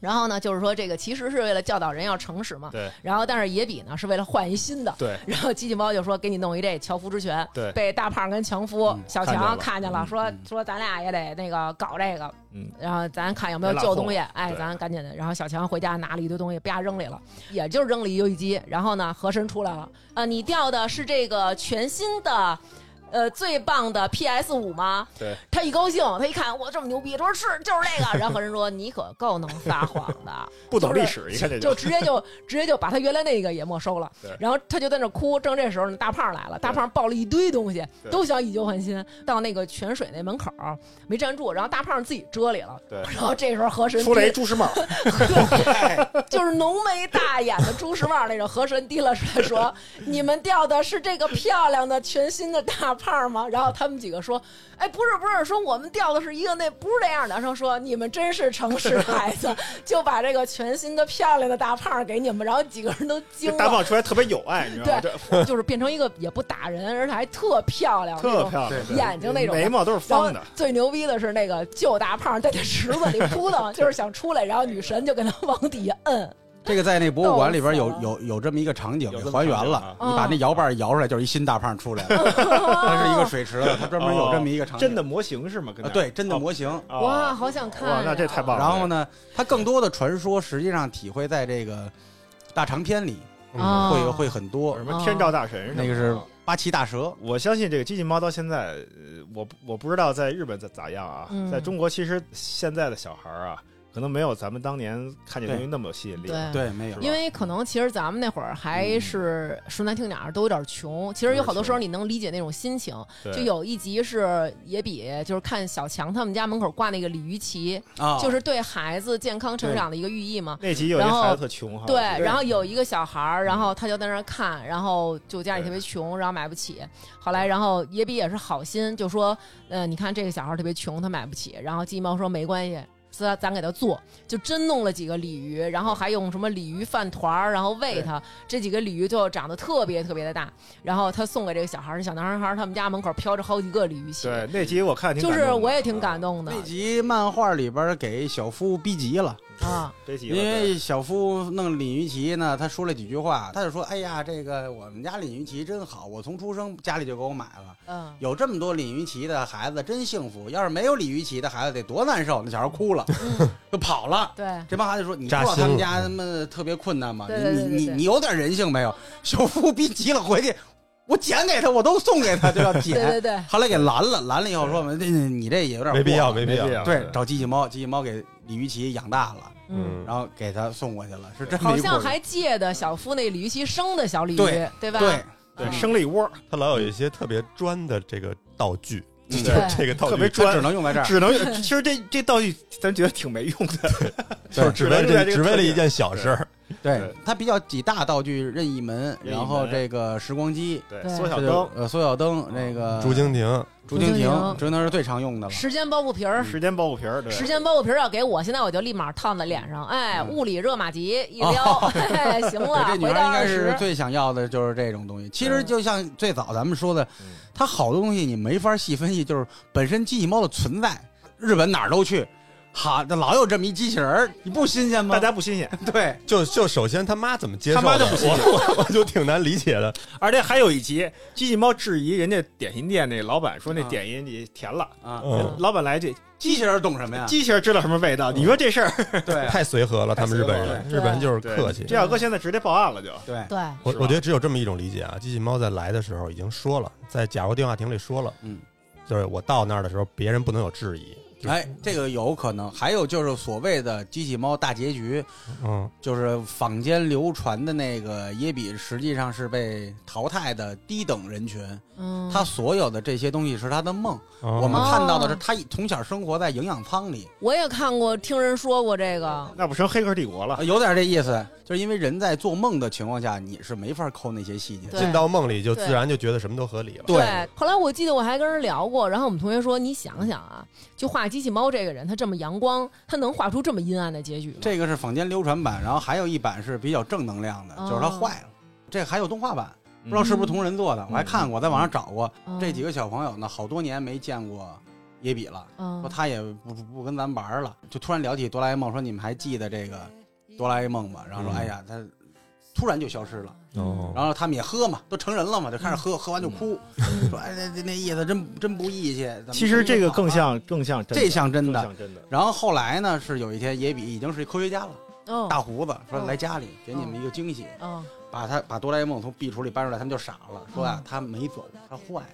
然后呢，就是说这个其实是为了教导人要诚实嘛。对。然后但是野比呢是为了换一新的。对，然后机器猫就说：“给你弄一这樵夫之拳。”对被大胖跟强夫、嗯小看见强了看见了，嗯说、嗯说咱俩也得那个搞这个，嗯，然后咱看有没有别旧落东西，哎，对咱赶紧的。然后小强回家拿了一堆东西，啪扔里了，也就扔了一游戏机。然后呢，河神出来了，呃，你掉的是这个全新的。呃，最棒的 PS 五吗？对，他一高兴，他一看我这么牛逼，他说是就是这个。然 后河神说：“你可够能撒谎的，不懂历史，一 看这就直接就直接就把他原来那个也没收了对。然后他就在那哭，正这时候呢，大胖来了，大胖抱了一堆东西，对都想以旧换新。到那个泉水那门口儿没站住，然后大胖自己遮里了。对 然后这时候河神出来一提朱 时茂，就是浓眉大眼的朱时茂那种，河神提了出来说：“你们钓的是这个漂亮的全新的大胖吗？”然后他们几个说：“哎，不是不是，说我们钓的是一个那不是那样的。”然后说：“你们真是诚实的孩 子，就把这个全新的漂亮的大胖给你们。”然后几个人都惊这大了，胖出来特别有爱，你知道吗？这就是变成一个也不打人，而且还特漂亮，那特种漂亮，对眼睛那种的眉毛都是然后方的，最牛逼的是那个旧大胖在那池子里扑 腾，就是想出来，然后女神就给他往底下摁。这个在那博物馆里边有 逗死了有有这么一个场景有这么还原场景了啊，你嗯把那摇把摇出来就是一新大胖出来 了，它是一个水池子，它专门有这么一个场景。真的模型是吗？跟啊，那儿对，真的哦模型。哦哇，好想看呀！哇那这太棒了然后呢，它更多的传说实际上体会在这个大长篇里嗯啊会会很多什。么天照大神什么那的个是哦八岐大蛇，我相信这个机器猫到现在，呃，我不我不知道在日本咋咋样啊，嗯在中国其实现在的小孩儿啊，可能没有咱们当年看这东西那么有吸引力。对。对，没有。因为可能其实咱们那会儿还嗯是说难听点儿，都有点穷。其实有好多时候你能理解那种心情。对就有一集是也比就是看小强他们家门口挂那个鲤鱼旗，哦啊，就是对孩子健康成长的一个寓意嘛。那集有一然后孩子特穷哈，对，对然后有一个小孩儿，嗯然后他就在那儿看，然后就家里特别穷，然后买不起。后来，然后野比也是好心，就说，呃，你看这个小孩儿特别穷，他买不起。然后鸡毛说没关系，所以咱给他做，就真弄了几个鲤鱼，然嗯后还用什么鲤鱼饭团儿，然后喂它。这几个鲤鱼就长得特别特别的大，然后他送给这个小孩儿，小男孩儿他们家门口飘着好几个鲤鱼旗，对，那集我看挺就感动是的啊我也挺感动的那集漫画里边给小夫逼急了，啊。这集因了为小夫弄鲤鱼旗呢，他说了几句话，他就说：“哎呀，这个我们家鲤鱼旗真好，我从出生家里就给我买了，嗯，有这么多鲤鱼旗的孩子真幸福。要是没有鲤鱼旗的孩子得多难受。”那小孩哭了，嗯就跑了。 对，这帮孩子说：“你知扎道心他们了家他妈特别困难吗？对对你对你对你你有点人性没有？”小夫逼急了，回去我捡给他，我都送给他，就要捡。对对嗯对，后来给拦了，拦了以后说：“那那你这也有点没必过要，了没必没要必。要对，找机器猫，机器猫给鲤鱼旗养大了，嗯，嗯然后给他送过去了，是这么好一像故事还借的小夫那鲤鱼旗生的小鲤鱼，对对吧？对，对嗯生了一 窝，他老有一些特别专的这个道具，嗯就是这个道具特它别专只，能用在这儿。只能其实这这道具咱觉得挺没用的，就是只为只能在这个只为了特一点件小事儿。对对，它比较几大道具：任意门，任意门然后这个时光机，对对缩小这就灯、呃，缩小灯，那个竹蜻蜓，竹蜻蜓，竹蜻蜓竹蜻蜓是最常用的了。嗯时间包袱皮儿。时间包袱皮儿，对，嗯时间包袱皮儿要给我，现在我就立马烫在脸上，哎，嗯哦物理热玛吉一 撩，哎，行对了，这女回孩到应二该是十，最想要的就是这种东西。其实嗯就像最早咱们说的，嗯它好多东西你没法细分析，就是本身机器猫的存在，日本哪儿都去，好，这老有这么一机器人儿，你不新鲜吗？大家不新鲜，对，就就首先他妈怎么接受他的？妈就不信我我我就挺难理解的。 而且还有一集，机器猫质疑人家点心店那老板说那啊点心你甜了，啊，嗯，老板来一句机器人儿懂什么呀？机器人知道什么味道？你说这事儿，对太随和了，他们日本人，对日本人就是对客气。 这小哥现在直接报案了就，对，对，我是吧我觉得只有这么一种理解啊。机器猫在来的时候已经说了，在假如电话亭里说了，嗯，就是我到那儿的时候，别人不能有质疑。就是，哎，这个有可能。还有就是所谓的机器猫大结局，嗯，就是坊间流传的那个耶比，实际上是被淘汰的低等人群。嗯，他所有的这些东西是他的梦，我我们哦看到的是他从小生活在营养舱里，我也看过，听人说过这个，那不成黑客帝国哦了？呃有点这意思。就是因为人在做梦的情况下，你是没法抠那些细节的。对进到梦里就对自然就觉得什么都合理了。对后来我记得我还跟人聊过，然后我们同学说，你想想啊，就画机器猫这个人，他这么阳光，他能画出这么阴暗的结局吗？这个是坊间流传版，然后还有一版是比较正能量的，就是它哦坏了。这还有动画版，不嗯知道是不是同人做的，我还看过，在网上找过。这几个，个小朋友呢，好多年没见过野比了，嗯说，他也不不不跟咱玩儿了，就突然聊起哆啦 A 梦，说你们还记得这个哆啦 A 梦吗？然后说，嗯哎呀，他突然就消失了。哦然后他们也喝嘛，都成人了嘛，就开始喝，喝完就哭，嗯说哎那那那意思真真不义气。怎么其实这个更么像更像真的这像真更的。像真的，然后后来呢，是有一天野比已经是科学家了，哦，大胡子说哦来家里给你们一个惊喜，哦，把他把哆啦 A 梦从壁橱里搬出来，他们就傻了，说呀嗯他没走，他坏了。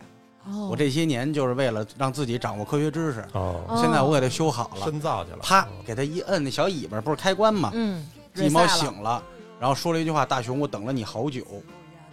哦，我这些年就是为了让自己掌握科学知识，哦，哦现在我给它修好了，深造去了。啪嗯给它一摁，那小尾巴不是开关嘛，嗯，鸡猫 reset 了醒了，然后说了一句话：“大熊，我等了你好久。”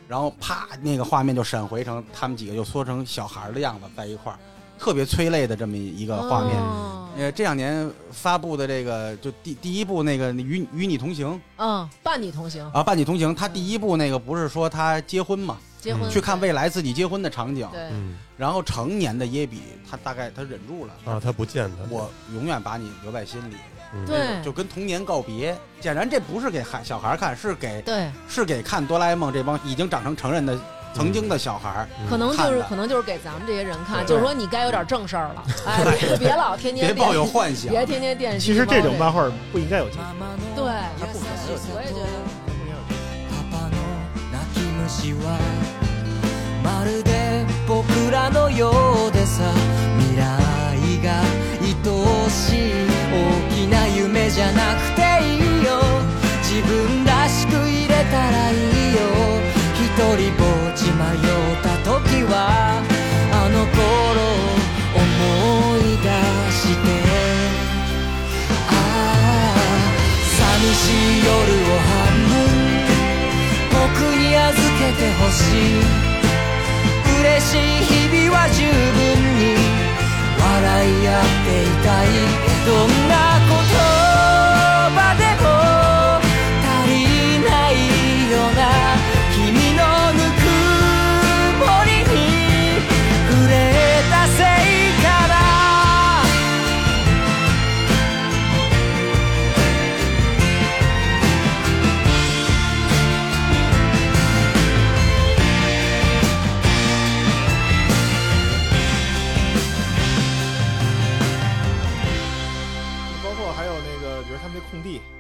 然后啪，那个画面就闪回成他们几个就缩成小孩的样子在一块儿，特别催泪的这么一个画面。哦呃，这两年发布的这个就第第一部那个与与你同行嗯，伴你同行，啊，伴你同行，他第一部那个不是说他结婚嘛，结嗯婚去看未来自己结婚的场景，对，嗯然后成年的耶比他大概他忍住了，啊，他不见他，我永远把你留在心里，嗯对就跟童年告别。显然这不是给孩小孩看，是给对，是给看哆啦 A 梦这帮已经长成成人的曾经的小孩儿，嗯可能就看是的可能就是给咱们这些人看，对就是说你该有点正事儿了，哎， 别别老天天别抱有惦幻想。别天天惦记猫其实个。这种漫画不应该有结局。对，它不可能有结局我也觉得。パパの泣き虫はまるで僕らのようでさ未来が愛しい大きな夢じゃなくていいよ自分らしく入れたらいいよ一人ぼっち迷った時はあの頃を思い出してああ寂しい夜を半分僕に預けてほしい嬉しい日々は十分に笑い合っていたいどんな言葉でも足りないような君のぬくもりに触れたせいかな「君のぬくもりに触れたせいか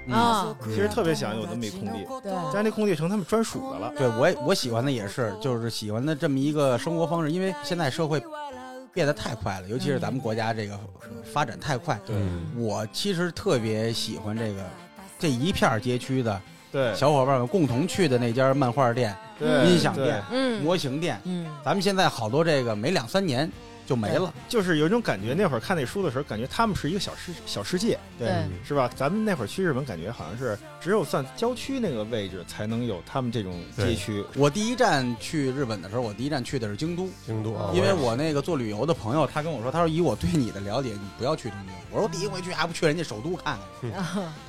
嗯实特别想有那么一空地，嗯对但是那空地成他们专属的了。对我也我喜欢的也是，就是喜欢的这么一个生活方式，因为现在社会变得太快了，尤其是咱们国家这个呃发展太快。对嗯我其实特别喜欢这个这一片儿街区的对小伙伴们共同去的那家漫画店、对，音响对店、嗯模型店。嗯，咱们现在好多这个没两三年就没了，就是有一种感觉。那会儿看那书的时候，感觉他们是一个小世小世界，对是吧？咱们那会儿去日本，感觉好像是只有算郊区那个位置才能有他们这种街区。我第一站去日本的时候，我第一站去的是京都，京都啊，因为也是我那个做旅游的朋友，他跟我说，他说以我对你的了解，你不要去东京。我说我第一回去啊还不去人家首都看看去。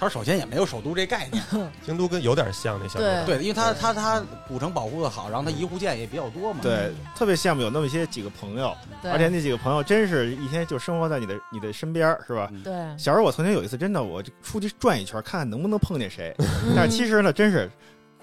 他说首先也没有首都这概念，京都跟有点像那小对地方对，因为他他他古城保护的好，然后他移湖建也比较多嘛。对，特别羡慕有那么些几个朋友，对， 而且那几个朋友真是一天就生活在你的你的身边儿，是吧？对，嗯小时候我曾经有一次，真的我就出去转一圈，看看能不能碰见谁。嗯但是其实实呢，真是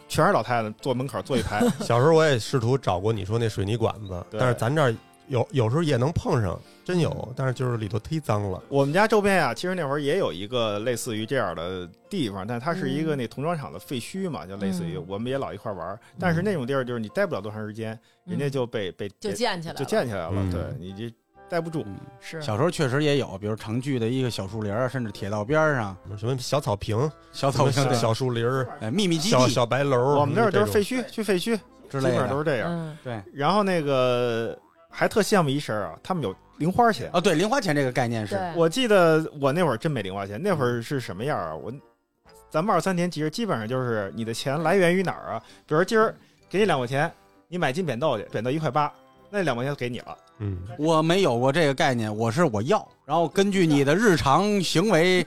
全是老太太坐门口 坐一排，小时候我也试图找过你说那水泥管子，对但是咱这儿有有时候也能碰上，真有，但是就是里头忒脏了。我们家周边啊，其实那会儿也有一个类似于这样的地方，但它是一个那童装厂的废墟嘛，就类似于嗯我们也老一块玩儿。但是那种地儿就是你待不了多长时间，人家就被被嗯就建起来了，就建起来了，嗯对你这待不住。嗯，是小时候确实也有，比如城区的一个小树林儿，啊甚至铁道边儿上什么小草坪、小什草么坪、小对小树林儿、哎秘密基小地小白楼，我们那儿嗯这都种是废墟，去废墟，基之类本上都的。是这样。嗯对然后那个还特羡慕一事儿啊，他们有零花钱。啊，对零花钱这个概念是，对，我记得我那会儿真没零花钱，那嗯会儿是什么样啊？我咱们二三年级基本上就是你的钱来源于哪儿啊？比如今嗯儿给你两块钱，你买斤扁豆去，扁豆一块八，那两块钱就给你了。嗯，我没有过这个概念，我是我要，然后根据你的日常行为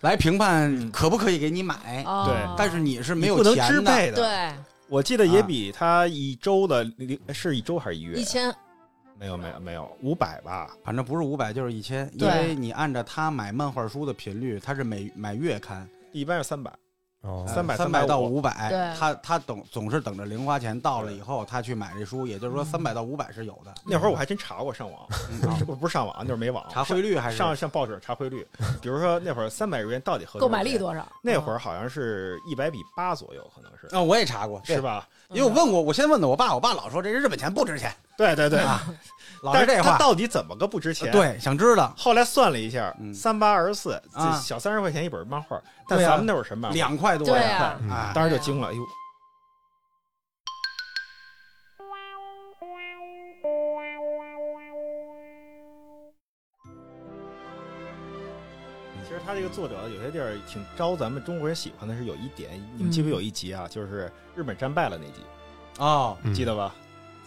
来评判可不可以给你买。哦对但是你是没你有不能钱支的，配的。对我记得也比他一周的零是一周还是一月一？千没有没有没有，五百吧。反正不是五百就是一千，因对为你按照他买漫画书的频率，他是每买月刊，一般是三百，哦，三300三百到350五百对，他他等总是等着零花钱到了以后，他去买这书，也就是说三百到五百是有的。那会儿我还真查过上网， 嗯啊我嗯不是上网，就是没网。查汇率还是上上报纸查汇 率，比如说那会儿三百日元到底合购买力嗯多多少少？钱？那会儿好像是一百比八左右，可能是啊，我也查过，对是？吧？嗯因为我问过，我先问的我爸，我爸老说这日本钱不值钱，对对对，老但啊是是这它话。呃到底怎么个不值钱？，对，想知道后来算了一下嗯，三八二十四，这啊小三十块钱一本漫画，但对啊咱们那会儿什么漫画？两块多对呀啊，嗯啊，当时就惊了，哎呦！其实他这个作者有些地儿挺招咱们中国人喜欢的，是有一点，你们记不记得有一集啊，就是日本战败了那集，哦，嗯记得吧？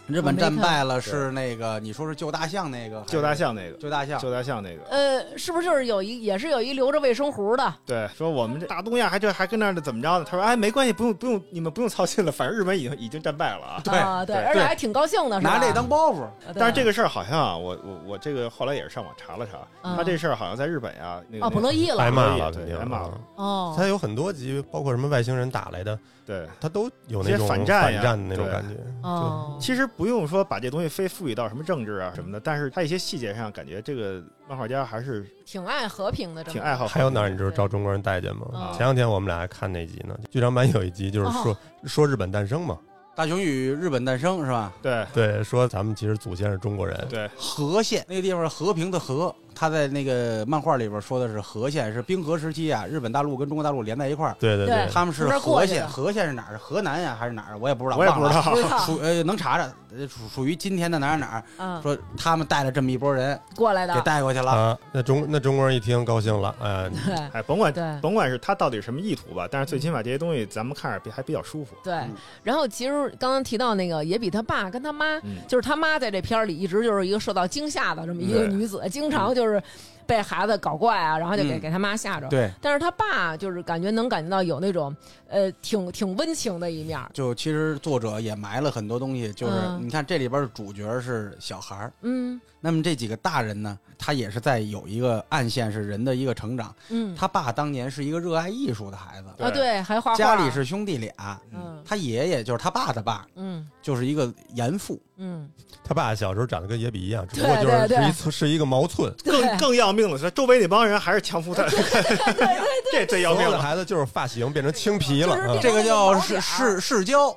日本战败了是那个，你说是救大象那个，救大，象那个，救大象，救大象那个，呃，是不是就是有一也是有一留着卫生壶的？对，说我们这大东亚还这还跟那儿怎么着呢？他说哎，没关系，不用不用，你们不用操心了，反正日本已经已经战败了啊。对啊，对，对而且还挺高兴的，是吧拿这当包袱，啊对但是这个事儿好像啊，我我我这个后来也是上网查了查，嗯他这事儿好像在日本呀，那个哦不乐意挨了白骂了，对肯定挨骂了啊哦，它有很多集，包括什么外星人打来的，对。它都有一那些种反战呀反战的那种对感觉。哦，其实不用说把这东西非赋予到什么政治啊什么的，但是他一些细节上感觉这个漫画家还是挺爱和平的，这么挺爱好。还有哪儿你知道对招中国人待见吗？啊前两天我们俩还看那集呢，剧场版有一集就是哦说、说日本诞生嘛，大雄与日本诞生是吧？对对，说咱们其实祖先是中国人，对和县那个地方和平的和，他在那个漫画里边说的是和县，是冰河时期啊，日本大陆跟中国大陆连在一块儿，对对对他们是从这儿过和去的县，和县是哪儿？是河南呀还是哪儿？我也不知道，我也不知忘了。道不，知道属呃能查查，呃属属于今天的哪儿哪儿哪儿，嗯说他们带了这么一拨人过来给的，带过去了，啊，那中那中国人一听高兴了，哎，对哎，甭管对甭管是他到底什么意图吧，但是最起码这些东西咱们看着比还比较舒服。对嗯。然后其实刚刚提到那个，也比他爸跟他妈，嗯，就是他妈在这片儿里一直就是一个受到惊吓的这么一个对女子，经常就是被孩子搞怪啊，然后就给嗯给他妈吓着。对。但是他爸就是感觉能感觉到有那种呃挺挺温情的一面儿，就其实作者也埋了很多东西，就是嗯你看这里边的主角是小孩儿，嗯那么这几个大人呢，他也是在有一个暗线是人的一个成长。嗯他爸当年是一个热爱艺术的孩子，啊对，还画画家里是兄弟俩，嗯他爷爷就是他爸的爸，嗯就是一个严父，嗯他爸小时候长得跟野比一样，只不过对就是对对是一寸是一个毛寸，对更更要命的是，周围那帮人还是强扶他。对对这最要所命有的了。孩子就是发型变成青皮就是了，变嗯这个叫这市个市市 郊，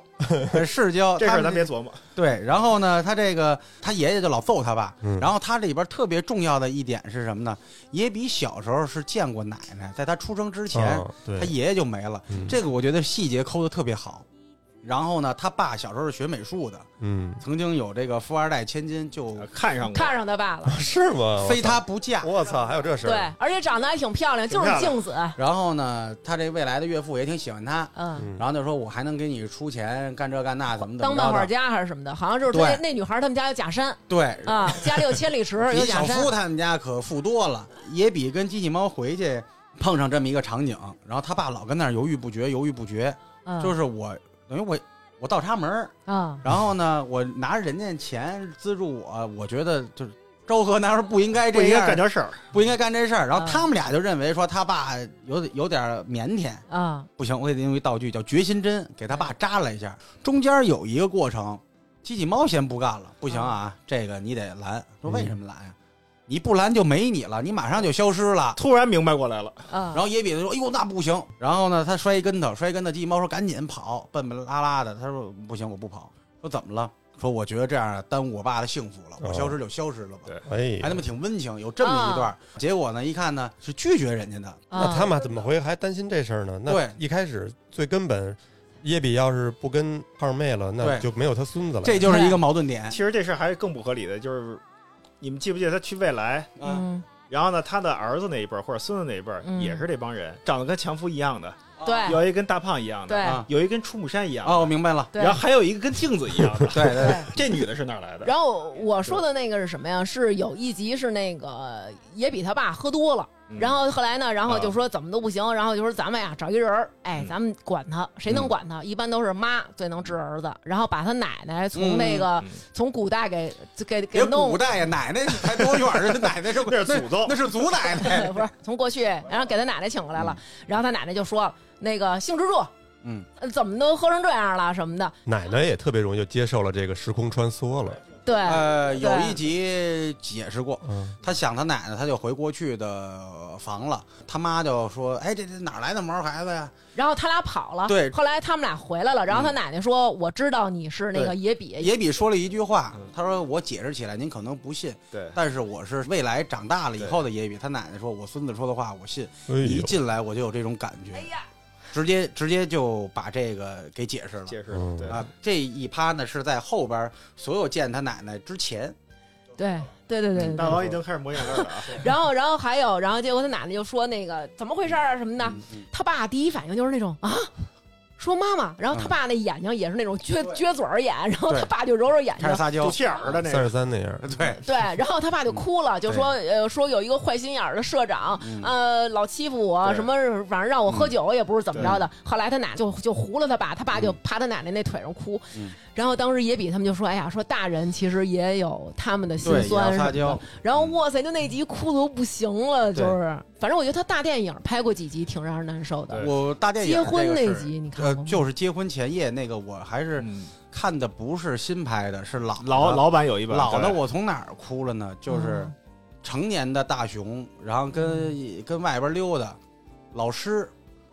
市郊。这事他儿们咱别琢磨。对，然后呢，他这个他爷爷就老揍他爸，嗯然后他这里边特别重要的一点是什么呢？也比小时候是见过奶奶，在他出生之哦前，嗯对他爷爷就没了。嗯哎这个我觉得细节抠的特别好。然后呢，他爸小时候是学美术的，嗯曾经有这个富二代千金，就呃看上过，看上他爸了，是吗？非他不嫁。我操，还有这事儿？对，而且长得还挺漂亮，挺就是镜子，然后呢，他这未来的岳父也挺喜欢他，嗯，嗯然后就说我还能给你出钱干这干那，怎么怎当么漫画着的。家还是什么的，好像就是他那对那女孩他们家有假山对，啊，家里有千里池，比有小假山夫，他们家可富多了，也比跟机器猫回去碰上这么一个场景，然后他爸老跟那儿犹豫不决，犹豫不决，嗯就是我等于我我倒插门儿，啊，然后呢，我拿人家钱资助我，我觉得就是昭和那时候不应该不这应该样，干这事嗯儿。不应该干这事儿。然后啊他们俩就认为说他爸有有点腼腆，啊，不行，我得用一道具叫决心针给他爸扎了一下。中间有一个过程，机器猫先不干了，不行嗯啊，这个你得拦。说为什么拦呀、你不拦就没你了，你马上就消失了。突然明白过来了，然然后野比子说：“哎呦，那不行。”然后呢，他摔一跟头，摔一跟头，机器猫说：“赶紧跑，笨笨拉拉的。”他说：“不行，我不跑。”说怎么了？说我觉得这样耽误我爸的幸福了，我哦消失就消失了吧。对哎，嗯还他妈挺温情，有这么一段。结果呢，一看呢是拒绝人家的，啊那他们怎么会还担心这事儿呢？那对一开始最根本，耶比要是不跟二妹了，那对就没有他孙子了。这就是一个矛盾点。其实这事儿还更不合理的，就是你们记不记得他去未来，嗯，嗯，然后呢，他的儿子那一辈儿或者孙子那一辈儿嗯也是这帮人，长得跟强夫一样的，对有一跟大胖一样的，对啊有一跟出木山一样的，哦，我明白了。对然后还有一个跟镜子一样 的。对对对 对。这女的是哪儿来的？然后我说的那个是什么呀？是有一集是那个也比他爸喝多了，嗯然后后来呢，然后啊就说怎么都不行，然后就说咱们呀找一人儿，哎，嗯咱们管他，谁嗯能管他？一般都是妈最能治儿子，然后把他奶奶从那个嗯嗯从古代给给给别弄古，代呀，奶奶才多远儿啊？这奶奶是 那是祖宗 那是祖奶奶。 不是从过去，然后给他奶奶请过来了，然后他奶奶就说那个杏之助，嗯呃，怎么都喝成这样了什么的，奶奶也特别容易就接受了这个时空穿梭了。对，呃，有对一集解释过，嗯，他想他奶奶，他就回过去的房了。他妈就说：“哎，这这哪儿来的毛孩子呀？然后他俩跑了，对嗯后来他们俩回来了，然后他奶奶说我知道你是那个对野比，也比说了一句话嗯，他说：“我解释起来您可能不信，对，但是我是未来长大了以后的野比。”他奶奶说：“我孙子说的话我信，哎一呦，进来我就有这种感哎觉，呀，直接直接就把这个给解释了。”解释嗯对，啊，这一趴呢是在后边儿所有见他奶奶之前，嗯对对对对对嗯大对。王已经开始抹眼泪了啊！然后，然后还有，然后结果他奶奶就说那个怎么回事儿啊什么的。嗯嗯他爸第一反应就是那种啊，说妈妈。然后他爸那眼睛也是那种撅撅嘴儿眼，然后嗯对他爸就揉嗯揉眼开始睛。撒肚娇，脐眼儿的那三个，十三那样，对， 对，然后他爸就哭了，就说呃说有一个坏心眼儿的社长，嗯呃老欺负我，对什么反正让我喝酒也不是怎么着的。后来他奶就就糊了他爸，他爸就嗯趴他奶奶那腿上哭嗯。然后当时野比他们就说，哎呀，说大人其实也有他们的心对，也酸要什撒么的娇。，然后哇塞，就那集哭的都不行了，就是，反正我觉得他大电影拍过几集，挺让人难受的。对我大电影结婚这那个是集你看呃过吗，就是结婚前夜那个，我还是嗯看的不是新拍的，是老的老老版有一版老的，对我从哪儿哭了呢？就是嗯成年的大熊，然后跟跟外边溜达，老师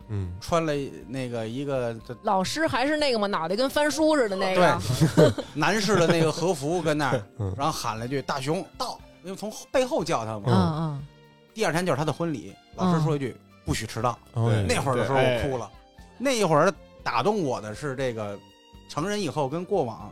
嗯，穿了那个一个这老师还是那个嘛，脑袋跟翻书似的那个，对，男士的那个和服跟那 儿嗯，然后喊了一句“大熊到”，因为从背后叫他嘛。嗯嗯，第二天就是他的婚礼，老师说一句“不许迟到”，嗯哎那会儿的时候我哭了。那一会儿打动我的是这个成人以后跟过往，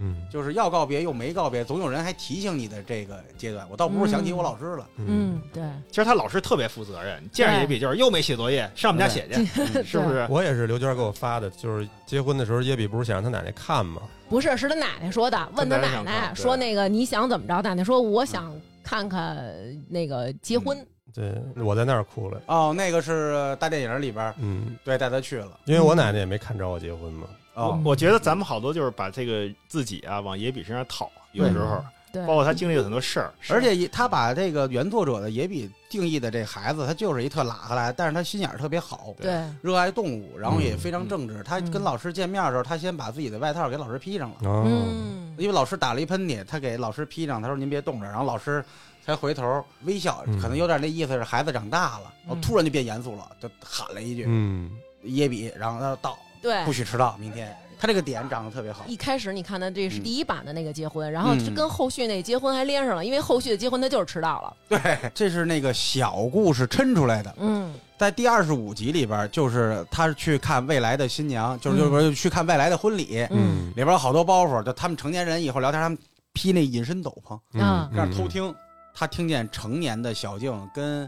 嗯就是要告别又没告别，总有人还提醒你的这个阶段。我倒不是想起我老师了，嗯，对，其实他老师特别负责任，见着野比就是又没写作业，上我们家写去， 是不是？我也是刘娟给我发的，就是结婚的时候，耶比不是想让他奶奶看吗？不是，是他奶奶说的，问他奶他奶奶想奶看对说那个你想怎么着？奶奶说我想看看那个结婚，对，我在那儿哭了。哦，那个是大电影里边儿，嗯，对，带他去了。因为我奶奶也没看着我结婚嘛。哦，我觉得咱们好多就是把这个自己啊往野比身上套，有时候嗯对，包括他经历了很多事儿，而且他把这个原作者的野比定义的这孩子，他就是一特拉哈来，但是他心眼儿特别好，对热爱动物，然后也非常正直。他嗯跟老师见面的时候，他先把自己的外套给老师披上了。哦，嗯，哎因为老师打了一喷嚏，他给老师披上，他说您别冻着，然后老师才回头微笑，嗯可能有点那意思是孩子长大了，嗯我突然就变严肃了，就喊了一句嗯， “耶比”，然后他说到哎对不，许迟到，明天。他这个点长得特别好，一开始你看的这是嗯第一版的那个结婚，然后这嗯跟后续那结婚还连上了，因为后续的结婚他就是迟到了。对，这是那个小故事抻出来的。嗯在第二十五集里边，就是他去看未来的新娘，就是嗯就是去看未来的婚礼，嗯嗯里边有好多包袱，就他们成年人以后聊天，他们披那隐身斗篷，啊嗯，这样偷听。他听见成年的小静跟，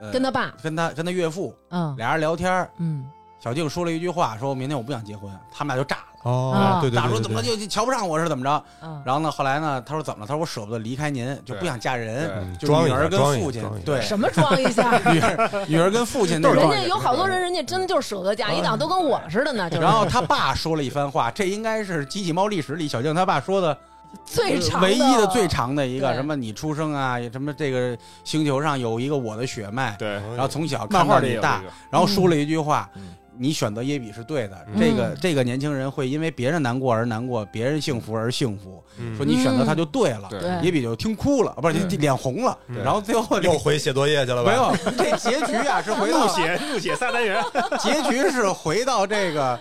呃，跟他爸，跟他跟他岳父嗯俩人聊天，嗯小静说了一句话，说明天我不想结婚，他们俩就炸了。哦啊，对对咋对说对怎么对，就就瞧不上我是怎么着？嗯，然后呢，后来呢，他说怎么了？他说我舍不得离开您，就不想嫁人，嗯就装一女下儿跟装一下父亲装一下对什么装一下？ 女儿女儿跟父亲那人种家有好多人，人家真就是舍得嫁一档，都跟我似的呢，就 是然后他爸说了一番话，这应该是《机器猫历史》里小静他爸说的最长唯一的最长的一个对什么你出生啊，什么这个星球上有一个我的血脉，对，然然后从小漫看画到里也你有大这，个，然后说了一句话嗯：“你选择耶比是对的。嗯这个这个年轻人会因为别人难过而难过，别人幸福而幸福。说说你选择嗯他就对了。嗯对对耶比就听哭了，不是嗯就脸红了，嗯然后最后又回写作业去了吧？没有这结局啊，是 回到怒写怒写撒旦 人， 结局是回到这个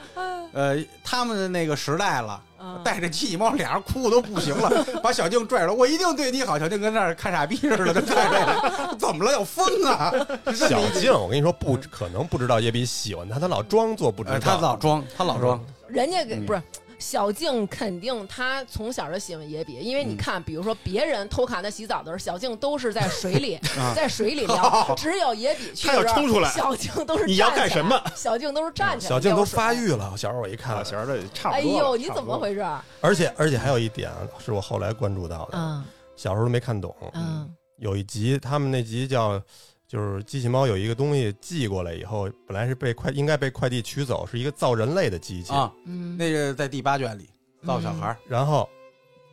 呃他们的那个时代了。”哎嗯带着机器猫，俩人哭都不行了，把小静拽着，我一定对你好。小静跟那儿看傻逼似的，就拽着， 怎么了？要疯啊！小静，我跟你说，不可能不知道叶比喜欢他，他老装作不知道。呃他老装，他老装，人家给嗯不是。小静肯定她从小就喜欢野比，因为嗯你看，比如说别人偷看她洗澡的时候，小静都是在水 里，啊在水里聊，只有野比去她要的时候冲出来小静都是你要站干起来什么？小静都是站起来，小静都发育。育了，小时候我一看啊，，弦儿的差哎不多了。呦，你差不怎么多了？回事？啊而且而且还有一点啊是我后来关注到的，嗯小时候都没看懂。嗯有一集他们那集叫就是机器猫有一个东西寄过来以后，本来是被快应该被快递取走，是一个造人类的机器，啊，嗯，那个在第八卷里造小孩儿，然后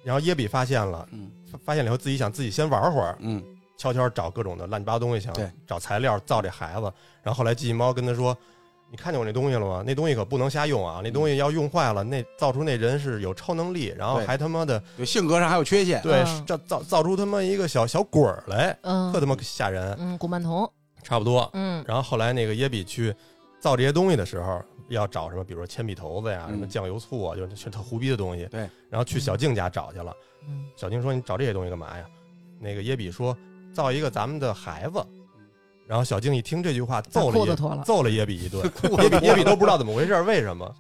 然后耶比发现了，嗯发发现了以后自己想自己先玩会儿，嗯，悄悄找各种的乱七八糟东西，想对找材料造这孩子。然后后来机器猫跟他说：“你看见我那东西了吗？那东西可不能瞎用啊！那东西要用坏了，那造出那人是有超能力，然后嗯对还他妈的就性格上还有缺陷，对嗯造造造出他妈一个小小鬼儿来，嗯特他妈吓人，嗯，古曼童，差不多。嗯然后后来那个耶比去造这些东西的时候，要找什么，比如说铅笔头子呀，嗯什么酱油醋啊，就是全特胡逼的东西。对，然后去小静家找去了。嗯小静说：“你找这些东西干嘛呀？”那个耶比说：“造一个咱们的孩子。”然后小静一听这句话，揍了裤子耶脱了揍了耶比一顿。耶比耶比都不知道怎么回事儿，为什么？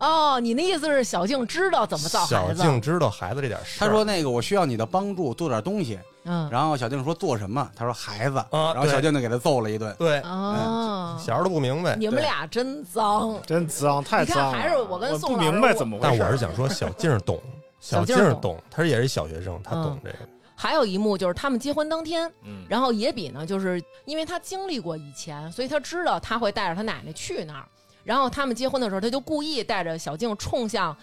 哦，你那意思是小静知道怎么造小孩子？啊静知道孩子这点事儿。他说：“那个我需要你的帮助，做点东西。”嗯，然后小静说：“做什么？”他说：“孩子。”啊然后小静就给他揍了一顿。对，哎哦，小时候都不明白。你们俩真脏。真脏，太你看脏了！还是我跟宋不老师明白我怎么回但事我 儿。是想说，小静儿懂，小静静儿儿懂，她也是小学生，她嗯懂这个。还有一幕就是他们结婚当天，嗯，然后野比呢，就是因为他经历过以前，所以他知道他会带着他奶奶去那儿。然后他们结婚的时候，他就故意带着小静冲向，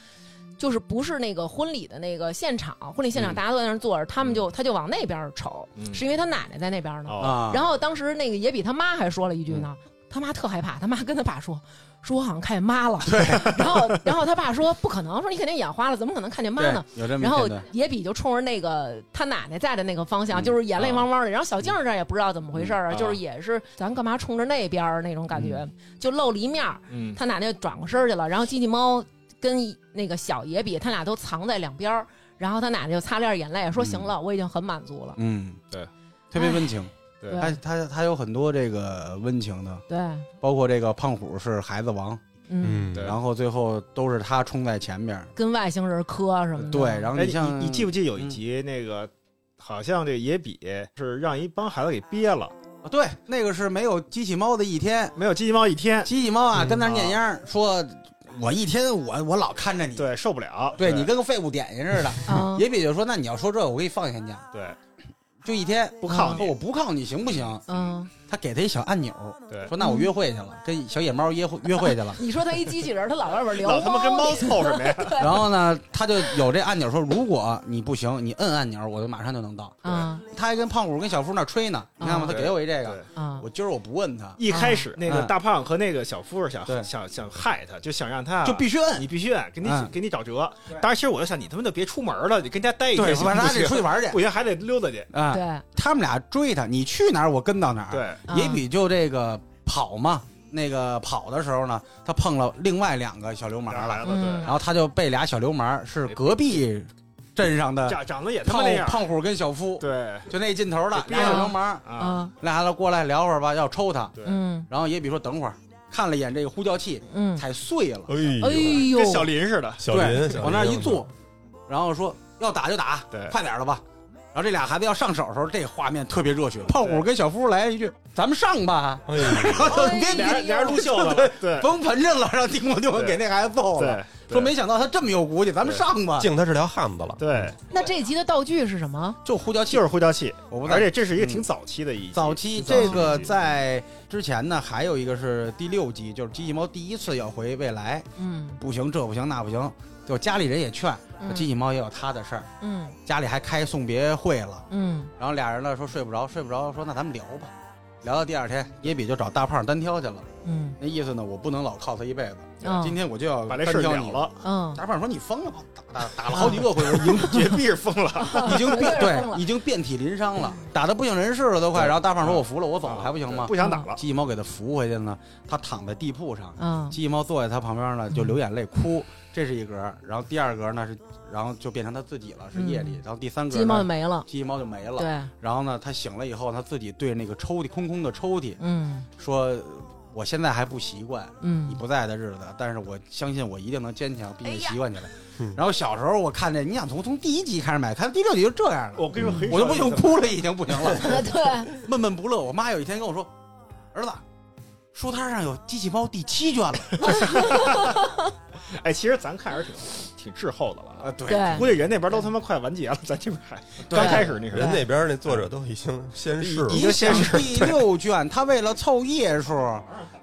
就是不是那个婚礼的那个现场，婚礼现场嗯大家都在那儿坐着，他们就他就往那边儿瞅，嗯是因为他奶奶在那边呢。哦，嗯啊，然后当时那个野比他妈还说了一句呢，他妈特害怕，他妈跟他爸说。说我好像看见妈了，对。然后，然后他爸说不可能，说你肯定眼花了，怎么可能看见妈对呢？有这么然一后片段，野比就冲着那个他奶奶在的那个方向，嗯就是眼泪汪汪的。然后小静儿这儿也不知道怎么回事儿啊，嗯啊就是也是咱干嘛冲着那边儿那种感觉，就露了一面儿。嗯，他奶奶转过身儿去了，然后机器猫跟那个小野比，他俩都藏在两边儿。然后他奶奶就擦亮眼泪，说：“嗯行了，我已经很满足了。嗯，对，特别温情。对哎对他他他有很多这个温情的，”对，包括这个胖虎是孩子王，嗯，对然后最后都是他冲在前面。跟外星人磕什么的。对，然后哎，像嗯你你记不记得有一集那个，好像这个野比是让一帮孩子给憋了，啊对，那个是没有机器猫的一天，没有机器猫一天，机器猫啊嗯跟那儿念秧儿说，我一天我我老看着你，对，受嗯不了，对你跟个废物点心似的。啊，也比就说，那你要说这，我给你放一天假，对啊就一天不靠说你我不靠你行不行？嗯，他给他一小按钮，对说那我约会去了，跟小野猫约会约会去 了。你说他一机器人，他老外边聊老他妈跟猫凑嗯什么呀？对然后呢，他就有这按钮说，如果你不行，你摁按钮，我就马上就能到。啊他还跟胖虎跟小夫那吹呢，你嗯看吗？他对给我一这个，对啊我今儿我不摁他，一开始那个嗯大胖和那个小夫儿想对想想害他，就想让他就必须摁。啊你必须得给你嗯给你找辙对。当时其实我就想，你他妈就别出门了，你跟家待一对，天反正他得行出去玩去不行还得溜达去。啊。对，嗯他们俩追他，你去哪儿我跟到哪儿。对，也比就这个跑嘛，那个跑的时候呢，他碰了另外两个小流氓哪了，来了？嗯对，然后他就被俩小流氓是隔壁镇上的长长得也他妈胖那样。胖虎跟小夫，对就那劲头的对俩小流氓，啊，啊俩孩子过来聊会儿吧，要抽他，对，嗯然后也比说等会儿，看了一眼这个呼叫器，嗯，踩碎了，哎哎，呦跟，小林似的。小对林，小林往那儿一坐，然后说要打就打，对快点儿了吧。然后这俩孩子要上手的时候，这画面特别热血。胖虎跟小夫来一句：“咱们上 吧。哎呦，”然后就哎别俩俩人人俩俩人人撸撸袖袖子，对甭盆着了，让丁国丁对给那孩子揍了。对，说没想到他这么有骨气，咱们上吧。敬他是条汉子了。对，那这一集的道具是什么？就呼叫器就，是呼叫器，我不而在且这是一个挺早期的一集早期这个在之前呢，还有一个是第六集，就是机器猫第一次要回未来，嗯不行，这不行，那不行，就家里人也劝，机器猫也有他的事儿，嗯家里还开送别会了，嗯然后俩人呢说睡不着，睡不着，说那咱们聊吧，聊到第二天，野比就找大胖单挑去了，嗯那意思呢，我不能老靠他一辈子，嗯今天我就要把这事儿单挑了你。 了，嗯，大胖说：“你疯了吧？打打 打了好几个回合，赢绝壁是疯了，已经有遍点疯对，了已经遍体鳞伤了，打的不省人事了都快。然后大胖说：“嗯我服了，我走了，还不行吗不想打了？”，机器猫给他扶回去呢，他躺在地铺上，嗯机器猫坐在他旁边呢，就流眼泪哭，这是一格。然后第二格呢是，然后就变成他自己了，是夜嗯里。然后第三机格器猫呢，就没了，机器猫就没了。对，然后呢，他醒了以后，他自己对着那个抽屉空空的抽屉嗯说：“我现在还不习惯，你嗯不在的日子，但是我相信我一定能坚强，并且哎呀习惯起来。嗯然后小时候我看这，你想从从第一集开始买，看第六集就这样了，我跟你说很少我就不行哭了，已经不行了， 对，闷闷不乐。我妈有一天跟我说：“儿子，书摊上有机器猫第七卷了。哎，其实咱看还是挺挺滞后的了”啊。啊，对对估计人那边都他妈快完结了，咱这边还对刚开始那时人候，那边那作者都已经先试了已，你经先想是第六卷，他为了凑页数，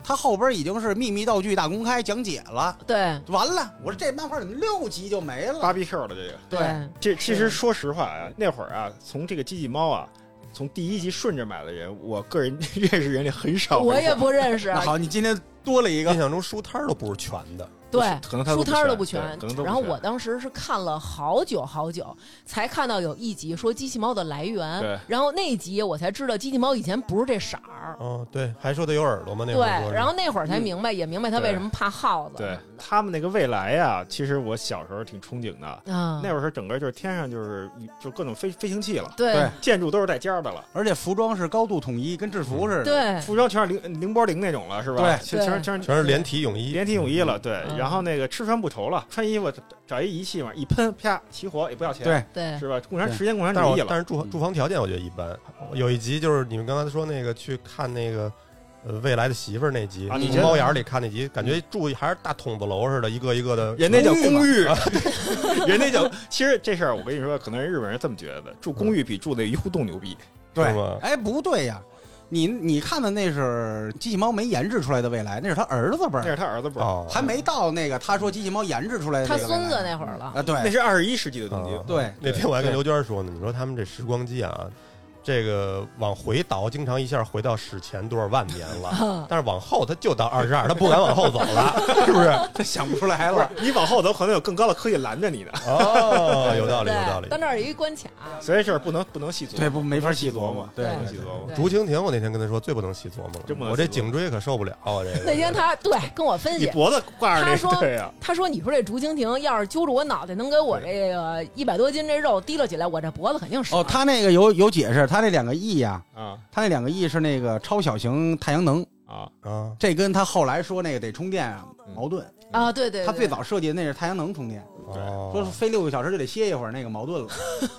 他后边已经是秘密道具大公开讲解了。对完了，我说这漫画怎么六集就没了？芭比 Q 的这个，对，这其实说实话啊，那会儿啊，从这个机器猫啊，从第一集顺着买的人，我个人 认识人里很少。我很也少不认识那，好，你今天多了一个印，象中书摊儿都不是全的，对，可能他书摊儿都不不全全对可能都不全然后我当时是看了好久好久，才看到有一集说机器猫的来对源，然后那一集我才知道机器猫以前不是这色儿。哦，对，还说他有耳朵吗？那对会儿说，是然后那会儿才明白，也明白它对为什么怕耗子。对他们那个未来啊，其实我小时候挺憧憬的。啊，那会儿是整个就是天上就是就各种飞飞行器了，对对建筑都是带尖儿的了，而且服装是高度统一，跟制服似的。对服装全是凌凌波凌那种了，是吧？对全全全全是连体泳衣，连体泳衣了，对。嗯然后那个吃穿不愁了，穿衣服找一仪器嘛，一喷啪起火也不要钱，对对是吧？共产对时间共产但是主义我了但，是住嗯住房条件我觉得一般。有一集就是你们刚才说那个去看那个呃未来的媳妇儿那集，啊你从觉得猫眼儿里看那集，感觉住还是大筒子楼似的，一个一个的。人那叫公寓寓， 人那叫。其实这事儿我跟你说，可能日本人这么觉得的，住公寓比住那一户栋牛逼。是吗哎，不对呀，你你看的那是机器猫没研制出来的未来，那是他儿子辈那儿，是他儿子辈儿，哦，还没到那个他说机器猫研制出来的他那个未来孙子那会儿了。啊，那对是二十一世纪的东哦西。对那天我还跟刘娟说呢，你说他们这时光机啊，这个往回倒，经常一下回到史前多少万年了，但是往后他就到二十二，他不敢往后走了，是不是？他想不出来不是了。你往后走，可能有更高的科技拦着你呢，嗯哦，有道理，对有道理。到那儿有一关卡，所以这事儿不能不能细琢对，磨，不没法细琢琢磨磨。对对，不能细琢磨。对竹蜻蜓，我那天跟他说最不能细琢磨真不了，能我这细琢磨颈椎可受不了啊。这个 那天他对跟我分你析，脖子挂着他那说对呀，他说：“你说这竹蜻蜓要是揪住我脑袋，能给我这个一百多斤这肉提溜起来，我这脖子肯定折。”哦，他那个有有解释，他那两个亿呀、啊他那两个亿是那个超小型太阳能，啊，啊，这跟他后来说那个得充电啊嗯矛盾。啊，对对，对他最早设计的那是太阳能充电，哦说是飞六个小时就得歇一会儿，那个矛盾了。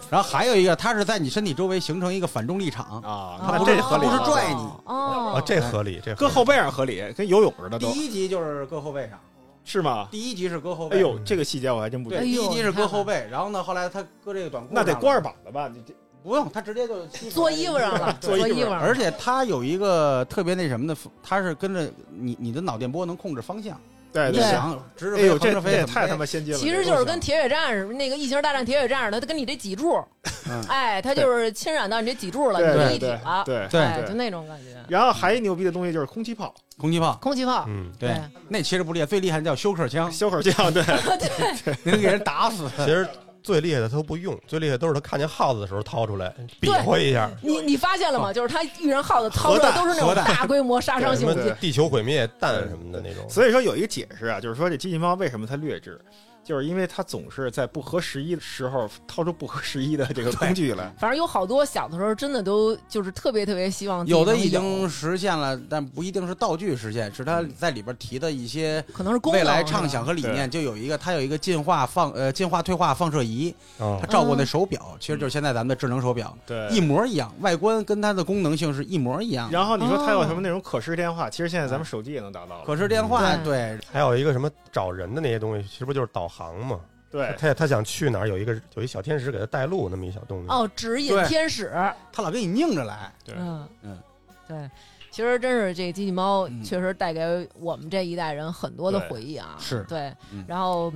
然后还有一个，它是在你身体周围形成一个反重力场，啊，啊那这合理不啊，是拽你哦，啊，这合理，这合理搁后背上合理，跟游泳似的第都一集就是搁后背上，是吗？第一集是搁后背。哎呦，这个细节我还真不知对，道哎，第呦一集是你搁看看后背，然后呢，后来他搁这个短裤，那得光着。膀子吧？你这不用，他直接就吸做衣服上了，做衣服衣服上了，而且它有一个特别那什么的，它是跟着你你的脑电波能控制方向，对你对想直着哎飞、呦，横这着这飞也怎么太他飞妈先进了！其实就是跟铁血战士那个《异形大战铁血战士》，它跟你这脊柱，嗯哎，它就是侵染到你这脊柱了，对你就对一体对了，对。对哎，对嗯就那种感觉。然后还一牛逼的东西就是空气炮，空气炮，空气炮，嗯，对，那其实不厉害，最厉害的叫休克 枪，消口酱，对，对，能给人打死。其实最厉害的他都不用，最厉害都是他看见耗子的时候掏出来比划一下，你你发现了吗？就是他遇人耗子掏出来都是那种核弹大规模杀伤什性么武对器，地球毁灭弹什么的那种。所以说有一个解释啊，就是说这机器猫为什么它劣质，就是因为它总是在不合时宜的时候掏出不合时宜的这个工具来。反正有好多小的时候真的都就是特别特别希望自己有的能已经实现了，但不一定是道具实现，是他嗯在里边提的一些可能是功能未来畅想和理念。就有一个，它有一个进化放呃进化退化放射仪，啊嗯它，照嗯顾那手表，其实就是现在咱们的智能手表 对一模一样，外观跟它的功能性是一模一样的。嗯然后你说它有什么那种可视电话，其实现在咱们手机也能达到了。可视电话嗯对还有一个什么找人的那些东西，其实不就是导航嘛？ 对，他他想去哪儿，有一个有一小天使给他带路，那么一小动作。哦，指引对天使，它老给你拧着来，对嗯嗯，对，其实真是这个机器猫嗯确实带给我们这一代人很多的对回忆啊，是对嗯，然后。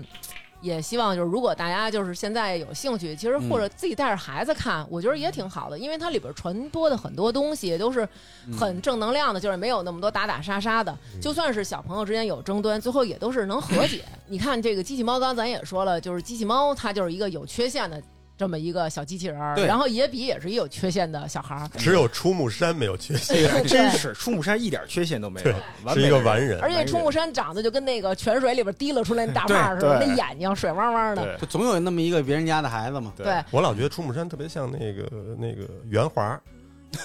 也希望就是，如果大家就是现在有兴趣，其实嗯或者自己带着孩子看，我觉得也挺好的，因为它里边传播的很多东西都是嗯很正能量的，就是没有那么多打打杀杀的。嗯就算是小朋友之间有争端，最后也都是能和解。你看这个机器猫，刚才咱也说了，就是机器猫它就是一个有缺陷的这么一个小机器人儿，对然后野比也是一有缺陷的小孩儿，只有出木山没有缺陷，对真是出木山一点缺陷都没有对，完是美一的个完人。而且冲木山长得就跟那个泉水里边滴了出来那大胖似的，对那对眼睛水汪汪的。对就总有那么一个别人家的孩子嘛。对啊，我老觉得出木山特别像那个那个袁华，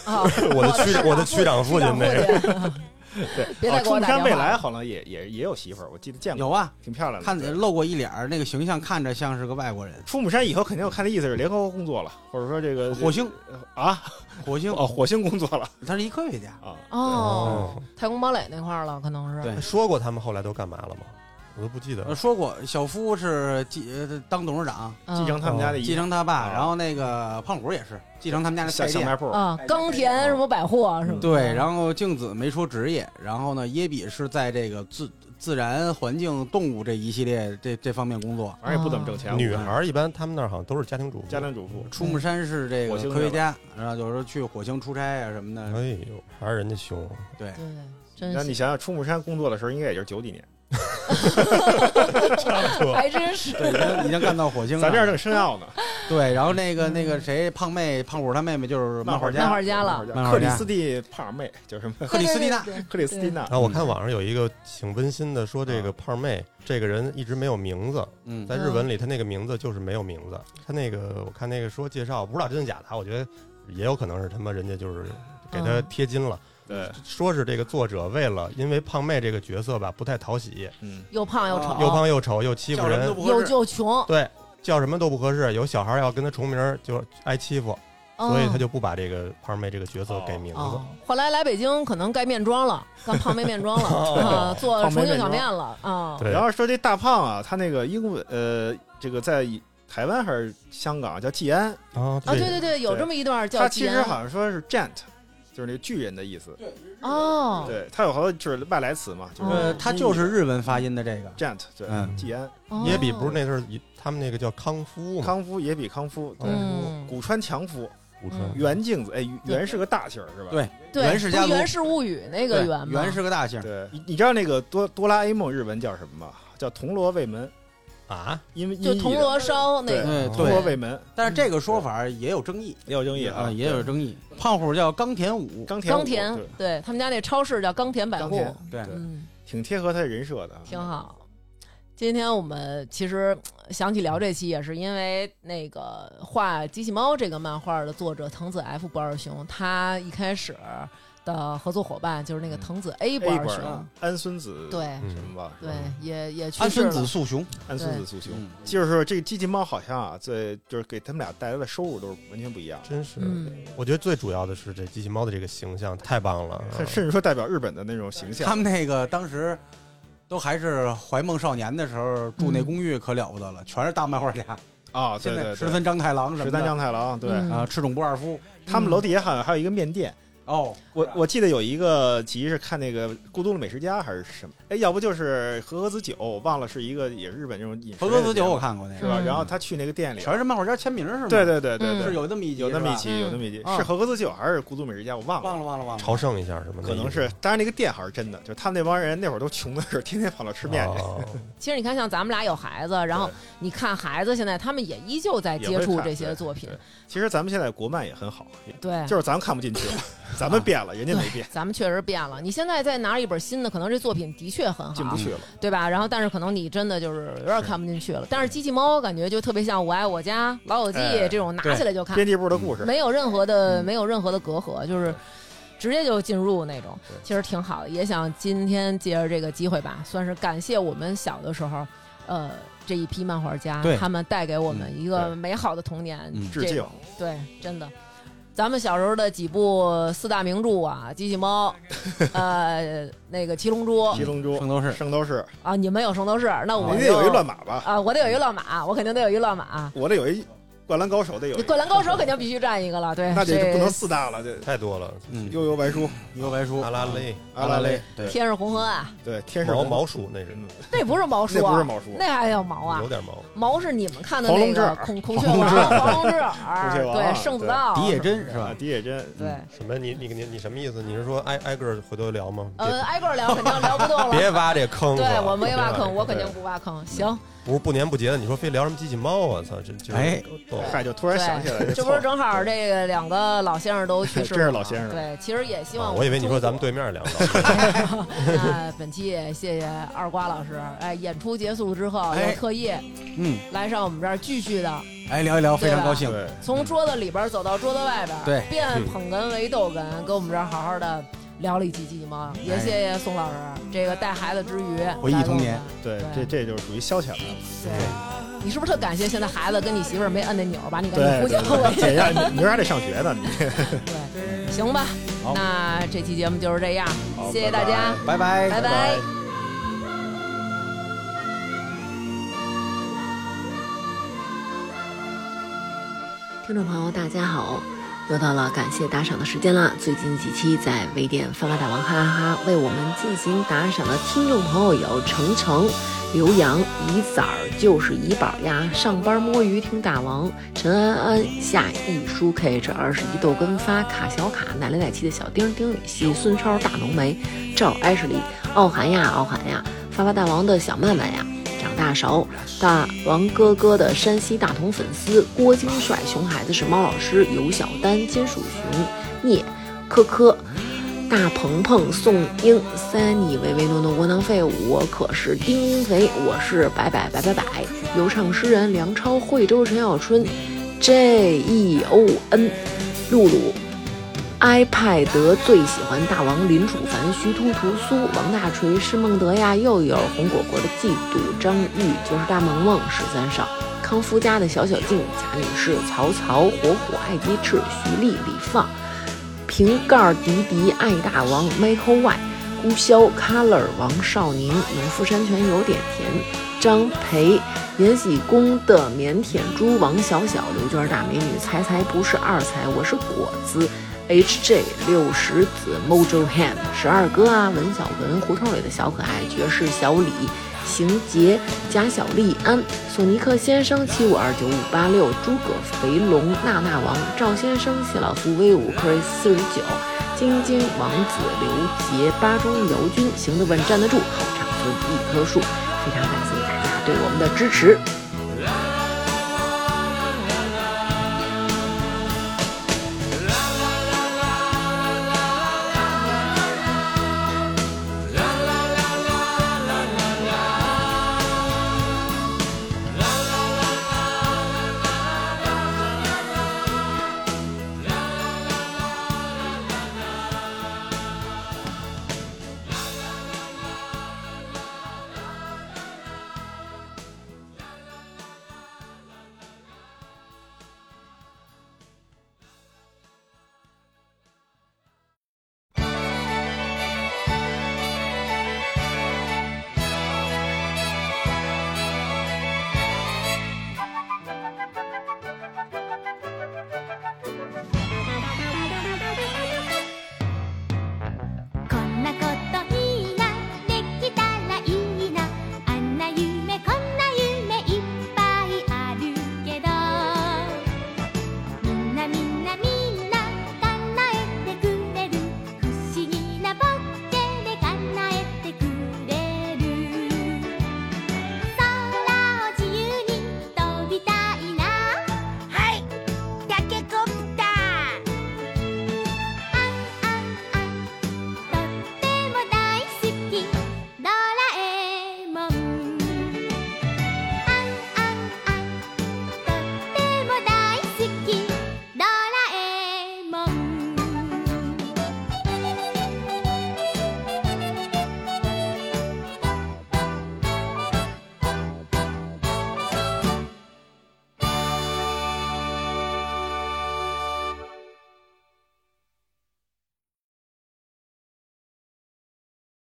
我我的区我的区长父父亲那个。个，对，别再哦给我出打电木山话未来好像也也也有媳妇儿，我记得见过，有啊，挺漂亮的。看对露过一脸儿，那个形象看着像是个外国人。出木山以后，肯定我看的意思是联合国工作了，或者说这个火星，啊，火星，哦，火星工作了他是一科学家，啊。哦，太空堡垒那块儿了，可能是对说过他们后来都干嘛了吗？我都不记得呃，说过小夫是继呃当董事长，嗯继承他们家的遗继承他爸，哦然后那个胖虎也是继承他们家的小菜小店。卖部，啊，冈田什么百货是吧？对，然后静子没说职业，然后呢，耶比是在这个自自然环境、动物这一系列这这方面工作。反正也不怎么挣哦钱。女孩儿一般他们那儿好像都是家庭主妇。家庭主妇，出木山是这个火星科学家，然后有时候去火星出差啊什么的。哎呦，还是人家凶。对，对，那你真是想想，出木山工作的时候，应该也就是九几年，还真是对，已经已经干到火星了。咱这儿正深 奥呢。对，然后那个那个谁，胖妹胖虎他妹妹就是漫画画漫家画家了漫漫画克里家斯蒂帕尔妹叫什么？克里斯蒂娜，对对对 克里斯蒂娜然后我看网上有一个挺温馨的，说这个胖妹这个人一直没有名字，嗯，在日文里她那个名字就是没有名字。她那个我看那个说介绍，不知道真的假的啊，我觉得也有可能是他妈人家就是给她嗯贴金了。哦对，说是这个作者为了因为胖妹这个角色吧不太讨喜，嗯，又胖又丑，哦又啊胖又丑又欺叫负什么都人，不合又适。又穷，对，叫什么都不合适。有小孩要跟她重名儿就挨欺负，哦所以他就不把这个胖妹这个角色给名字。嗯啊，后来来北京可能盖面妆了，干胖妹面妆了，啊，做重庆小面了啊。对，然后说这大胖啊，他那个英文呃，这个在台湾还是香港叫季安，啊，啊，对对对，有这么一段叫他其吉实安好像说是 giant，就是那个巨人的意思。哦，对，他有好多就是外来词嘛，嗯就是呃，他就是日文发音的这个， giant，对嗯，季安，哦也比不是那阵儿他们那个叫康嗯夫嘛，康夫也比康夫，对，嗯古川强夫，武川袁镜子，哎，袁是个大姓儿是吧？对对，源氏家族不是源氏物语那个对源吗？源是个大姓，对，你你知道那个哆哆啦 A 梦日文叫什么吗？叫铜锣卫门，啊，因为就铜锣烧那对个，嗯，铜锣对。卫门但是这个说法也有争议也有争议啊，也有争议。胖虎叫冈田武，钢铁冈舞田对，对他们家那超市叫冈田百钢货，铁对对嗯，挺贴合他人设的，啊挺。好。今天我们其实呃想起聊这期，也是因为那个画《机器猫》这个漫画的作者藤子 F 不二雄，他一开始的合作伙伴就是那个藤子 A 不嗯 A 二本雄儿，啊安孙子对什嗯，么吧？对，也也去安世孙子了。素雄，安孙子素雄，嗯，就是说这个机器猫好像啊，在就是给他们俩带来的收入都是完全不一样的，真是。嗯，我觉得最主要的是这机器猫的这个形象太棒了，嗯甚甚至说代表日本的那种形他象。们那个当时都还是怀梦少年的时候住那公寓，可了不得了，全是大漫画家，啊，嗯对现在对十对，三张太郎什么十的三张太郎，对嗯啊，赤冢不二夫他们楼底下好像还有一个面店。哦，我是吧我记得有一个集是看那个《孤独的美食家》还是什么，哎，要不就是和和子酒，我忘了是一个也是日本这种饮食和歌子酒我看看过那是个，吧？嗯然后他去那个店里，全是漫画家签名是吗？对，对对对是对，有那么一集有那么一集，嗯集，有那么一集是和和子酒还是《孤独美食家》，我忘了。忘了忘了忘了，朝圣一下什么的，可能是，当然那个店还是真的，就是他们那帮人那会儿都穷的时候，天天跑那儿吃面去。 哦其实你看，像咱们俩有孩子，然后对你看孩子现在他们也依旧在也接会触看这些对作品，其实咱们现在国漫也很好，对，就是咱们看不进去了，咱们变了，人家没变，咱们确实变了。你现在再拿一本新的，可能这作品的确很进不好，去了。对嗯吧？然后，但是可能你真的就是有点看不进去了。但是机器猫感觉就特别像《我爱我家》《老友记哎》这种拿对起来就看，编辑部的故事，没有任何的、嗯没有任何的隔阂，就是直接就进入那种对，其实挺好的。也想今天借着这个机会吧，算是感谢我们小的时候，呃，这一批漫画家对，他们带给我们一个对美好的童年。嗯致这敬种。对，真的。咱们小时候的几部四大名著啊，《机器猫》，呃，那个《七龙珠》七龙珠圣、斗士，圣斗士，啊，你们有圣斗士，那我就人家有一乱码吧？啊，我得有一乱马，我肯定得有一乱马。我这有一灌篮高手，得有你一《灌篮高手》肯定必须占一个了，哎对，那这就这不能四大了，这太多了。嗯，悠悠白书、牛白书，阿拉 蕾、阿拉蕾，，对，天是红河岸，对天使毛红毛鼠那是嗯那不是毛叔，啊那不是毛叔，那还叫毛啊有？点毛，毛是你们看的黄那龙之个耳孔孔雀王、黄龙之耳 孔雀，王对，圣子对道，狄野真是啊吧？狄野真，对，什么？你你你你什么意思？你是说挨挨个儿回头聊吗？呃，挨个儿聊肯定聊不动别别了。挖这坑是吧，对我没挖别坑，我肯定对不挖坑。行，不是不年不节的。你说非聊什么机器猫，我操，这啊这哎，懂嗨，就突然想起来， 这不是正好这个两个老先生都去世了吗，真是老先生对，其实也希啊望我以为你说咱们对。对面聊呢。那本期也谢谢二瓜老师，哎，演出结束之后哎又特意嗯，来上我们这儿继续的，哎，聊一聊，非常高兴，对，从桌子里边走到桌子外边，对变捧哏为逗哏，跟我们这儿好好的聊了一期《机器猫》，也谢谢宋老师这个带孩子之余回忆童年对，这这就是属于消遣了。对，你是不是特感谢现在孩子跟你媳妇儿没摁那钮儿，把你赶紧对呼叫回对，去？姐呀，你明儿还得上学呢，你。对，行吧好，那这期节目就是这样，好谢谢大拜拜家，拜拜，拜拜听众朋友，大家好！又到了感谢打赏的时间啦！最近几期在微店发发大王哈哈哈为我们进行打赏的听众朋友有程程、刘洋、怡崽儿，就是怡宝呀，上班摸鱼听大王、陈安安、夏艺舒 K H 二十一豆根发卡小卡奶来奶气的小丁丁禹兮孙超大浓眉赵艾什里傲寒呀傲寒呀发发大王的小曼曼呀长大勺大王哥哥的山西大同粉丝郭京帅、熊孩子是猫老师、尤小丹、金属熊、聂、科科、大鹏鹏、宋英、Sunny、唯唯诺诺、窝囊废，我可是丁丁肥，我是白白白白白，游唱诗人梁超、惠州陈小春、J E O N、露露。iPad 最喜欢大王林楚凡、徐图图、苏王大锤、施梦德呀，又有红果果的嫉妒张玉，就是大萌萌十三少，康夫家的小小静、贾女士、曹操、火火、爱鸡翅、徐丽、李放、瓶盖儿迪迪、爱大王、Michael Y、孤骁、Color、王少宁、农夫山泉有点甜、张培、延禧宫的腼腆猪、王小小、刘娟儿大美女、才才不是二才，我是果子。HJ 六十子 Mojo Ham 十二哥啊，文小文胡同里的小可爱，爵士小李，邢杰，贾小丽安，索尼克先生七五二九五八六，诸葛肥龙，娜娜王，赵先生，谢老夫威武，Chris 四十九，晶晶王子刘杰，巴中姚军，行得稳站得住，好长存一棵树，非常感谢大家对我们的支持。